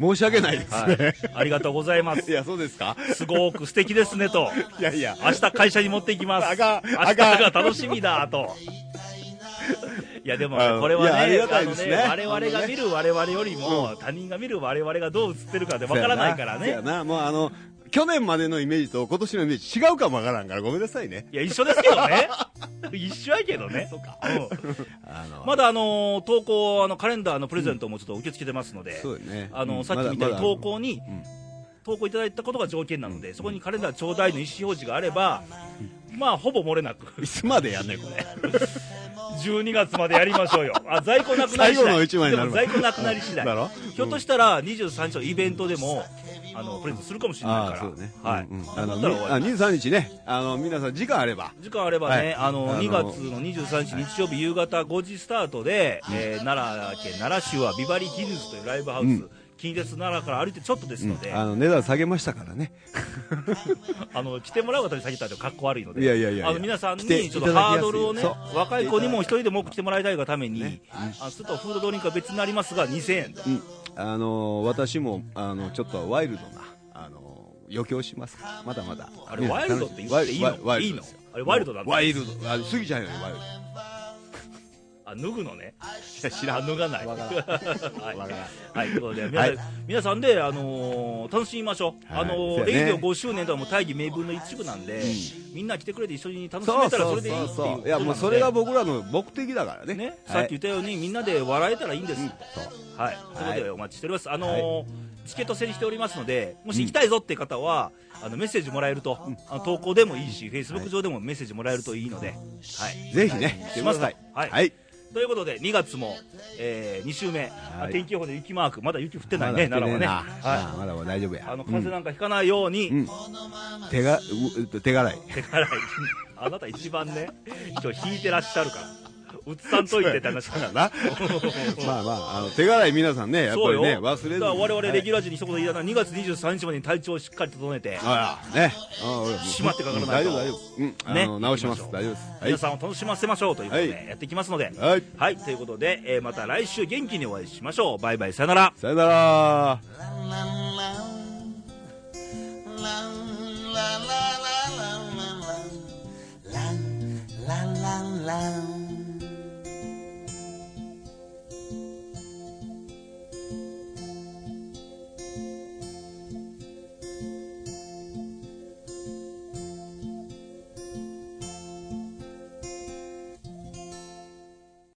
[SPEAKER 2] 申し訳ないです
[SPEAKER 1] は
[SPEAKER 2] ね、
[SPEAKER 1] い、ありがとうございま
[SPEAKER 2] *laughs* い、
[SPEAKER 1] す、
[SPEAKER 2] やそうですか
[SPEAKER 1] すごく素敵ですねと、
[SPEAKER 2] いやいや
[SPEAKER 1] 明日会社に持っていきます、
[SPEAKER 2] あ
[SPEAKER 1] 明
[SPEAKER 2] かん
[SPEAKER 1] 日
[SPEAKER 2] あかん
[SPEAKER 1] が楽しみだと。いやでもね
[SPEAKER 2] あの
[SPEAKER 1] これはい
[SPEAKER 2] やあり
[SPEAKER 1] ね
[SPEAKER 2] がたいですね
[SPEAKER 1] あのね我々が見る我々よりも、他人が見る我々がどう映ってるかでわからないから
[SPEAKER 2] そうや
[SPEAKER 1] ね
[SPEAKER 2] なもうあの去年までのイメージと今年のイメージ違うかもわからんからごめんなさいね
[SPEAKER 1] いや一緒ですけどね一緒やけど
[SPEAKER 2] *laughs*
[SPEAKER 1] ねうん
[SPEAKER 2] あの
[SPEAKER 1] まだあのー投稿あのカレンダーのプレゼントもちょっと受け付けてますので、
[SPEAKER 2] そうよね
[SPEAKER 1] あの
[SPEAKER 2] うん
[SPEAKER 1] さっきみたいに
[SPEAKER 2] まだまだ
[SPEAKER 1] 投稿に、
[SPEAKER 2] ん
[SPEAKER 1] 投稿いただいたことが条件なので、そこにカレンダーちょうだいの意思表示があれば、まあほぼ漏れなく
[SPEAKER 2] いつまでやんねんこれ
[SPEAKER 1] *laughs* 12月までやりましょうよあ在庫なくなり次
[SPEAKER 2] 最後の
[SPEAKER 1] 第
[SPEAKER 2] 一枚にな
[SPEAKER 1] で
[SPEAKER 2] る
[SPEAKER 1] も
[SPEAKER 2] わ
[SPEAKER 1] 在庫なくなり次第
[SPEAKER 2] だろ
[SPEAKER 1] ひょっとしたら23日のイベントでもあのプレゼントするかもしれない
[SPEAKER 2] あ
[SPEAKER 1] か
[SPEAKER 2] あ
[SPEAKER 1] ら
[SPEAKER 2] そうね
[SPEAKER 1] はい、
[SPEAKER 2] うんうんあの
[SPEAKER 1] だっ
[SPEAKER 2] み
[SPEAKER 1] たら終わ
[SPEAKER 2] あ
[SPEAKER 1] り
[SPEAKER 2] 23日ねあの皆さん時間あれば
[SPEAKER 1] 時間あればね、
[SPEAKER 2] はい
[SPEAKER 1] あの
[SPEAKER 2] あの
[SPEAKER 1] 2月の23日日曜日夕方5時スタートで、えー奈良県奈良市はビバリーヒルズというライブハウス、
[SPEAKER 2] うん
[SPEAKER 1] 近鉄奈良から歩いてちょっとですので、
[SPEAKER 2] あの値段下げましたからね
[SPEAKER 1] あの来てもらう方に先たとかっこ悪いので
[SPEAKER 2] いやいやいやいや
[SPEAKER 1] あの皆さんに
[SPEAKER 2] 来て
[SPEAKER 1] ちょっとハードルをね
[SPEAKER 2] いただきやすいそう
[SPEAKER 1] 若い子にも一人でも多く来てもらいたいがために、あちょっとフードドリンクは別になりますが2000円と
[SPEAKER 2] うんあの私もあのちょっとワイルドなあの余興しますからまだまだ
[SPEAKER 1] あれワイルドって言っていいの
[SPEAKER 2] ワイワイ
[SPEAKER 1] いいのあれワイルドなんだ
[SPEAKER 2] ワイルドあ過ぎちゃうよねワイルド
[SPEAKER 1] あ脱ぐのね
[SPEAKER 2] 知
[SPEAKER 1] あ脱がない
[SPEAKER 2] わからん
[SPEAKER 1] *laughs* はい
[SPEAKER 2] わからん
[SPEAKER 1] はい、ということで皆さん,、
[SPEAKER 2] はい
[SPEAKER 1] 皆さんで、あのー楽しみましょう、
[SPEAKER 2] はい
[SPEAKER 1] あの
[SPEAKER 2] そ
[SPEAKER 1] ー
[SPEAKER 2] うや
[SPEAKER 1] レ
[SPEAKER 2] ね
[SPEAKER 1] イディオ5周年とはもう大義名分の一部なんで、みんな来てくれて一緒に楽し
[SPEAKER 2] そ
[SPEAKER 1] め
[SPEAKER 2] う
[SPEAKER 1] たらそれ
[SPEAKER 2] そう
[SPEAKER 1] でいい
[SPEAKER 2] そ
[SPEAKER 1] っていう
[SPEAKER 2] うそ
[SPEAKER 1] こ
[SPEAKER 2] うい
[SPEAKER 1] とな
[SPEAKER 2] や
[SPEAKER 1] んで
[SPEAKER 2] もうそれが僕らの目的だからね
[SPEAKER 1] ね、
[SPEAKER 2] はい
[SPEAKER 1] さっき言ったようにみんなで笑えたらいいんです、
[SPEAKER 2] そう
[SPEAKER 1] はい、ということ
[SPEAKER 2] は
[SPEAKER 1] で
[SPEAKER 2] い
[SPEAKER 1] お待ちしております、あのーチケット制にしておりますのでもし行きたいぞっていう方は、あのメッセージもらえると、あの投稿でもいいし、フェイスブック上でもメッセージもらえるといいので、はい、
[SPEAKER 2] ぜひね来て
[SPEAKER 1] し
[SPEAKER 2] ください
[SPEAKER 1] ますとはい
[SPEAKER 2] はい
[SPEAKER 1] ということで2月も、え2週目、
[SPEAKER 2] はい
[SPEAKER 1] 天気予報で雪マークまだ雪降ってない
[SPEAKER 2] ま
[SPEAKER 1] ね
[SPEAKER 2] だ来て
[SPEAKER 1] 奈良はね、
[SPEAKER 2] な
[SPEAKER 1] は
[SPEAKER 2] あまだまだ大丈夫
[SPEAKER 1] い、
[SPEAKER 2] や
[SPEAKER 1] あの風邪なんかひかないように、
[SPEAKER 2] うん手がう手がい
[SPEAKER 1] 手洗い *laughs* あなた一番ね今日引いてらっしゃるからうつさんといてって話
[SPEAKER 2] *laughs*
[SPEAKER 1] から
[SPEAKER 2] なまあまああの手がい皆さんねやっ
[SPEAKER 1] そ
[SPEAKER 2] ぱ
[SPEAKER 1] う
[SPEAKER 2] り
[SPEAKER 1] よ、
[SPEAKER 2] ね忘れずに
[SPEAKER 1] だから我々レギ
[SPEAKER 2] ュ
[SPEAKER 1] ュラー陣に一言言いたいのは2月23日までに体調をしっかり整えて、
[SPEAKER 2] あらねあ俺も
[SPEAKER 1] 閉まってかからないと
[SPEAKER 2] うん大丈夫大丈夫うんあ
[SPEAKER 1] ね
[SPEAKER 2] の直し
[SPEAKER 1] 行
[SPEAKER 2] ます
[SPEAKER 1] きま
[SPEAKER 2] 大
[SPEAKER 1] しょう
[SPEAKER 2] 丈夫ですはい
[SPEAKER 1] 皆さんを楽しませましょうということで、
[SPEAKER 2] はい
[SPEAKER 1] やっていきますので
[SPEAKER 2] はい
[SPEAKER 1] はい、ということで、えーまた来週元気にお会いしましょうバイバイさよなら
[SPEAKER 2] さよなら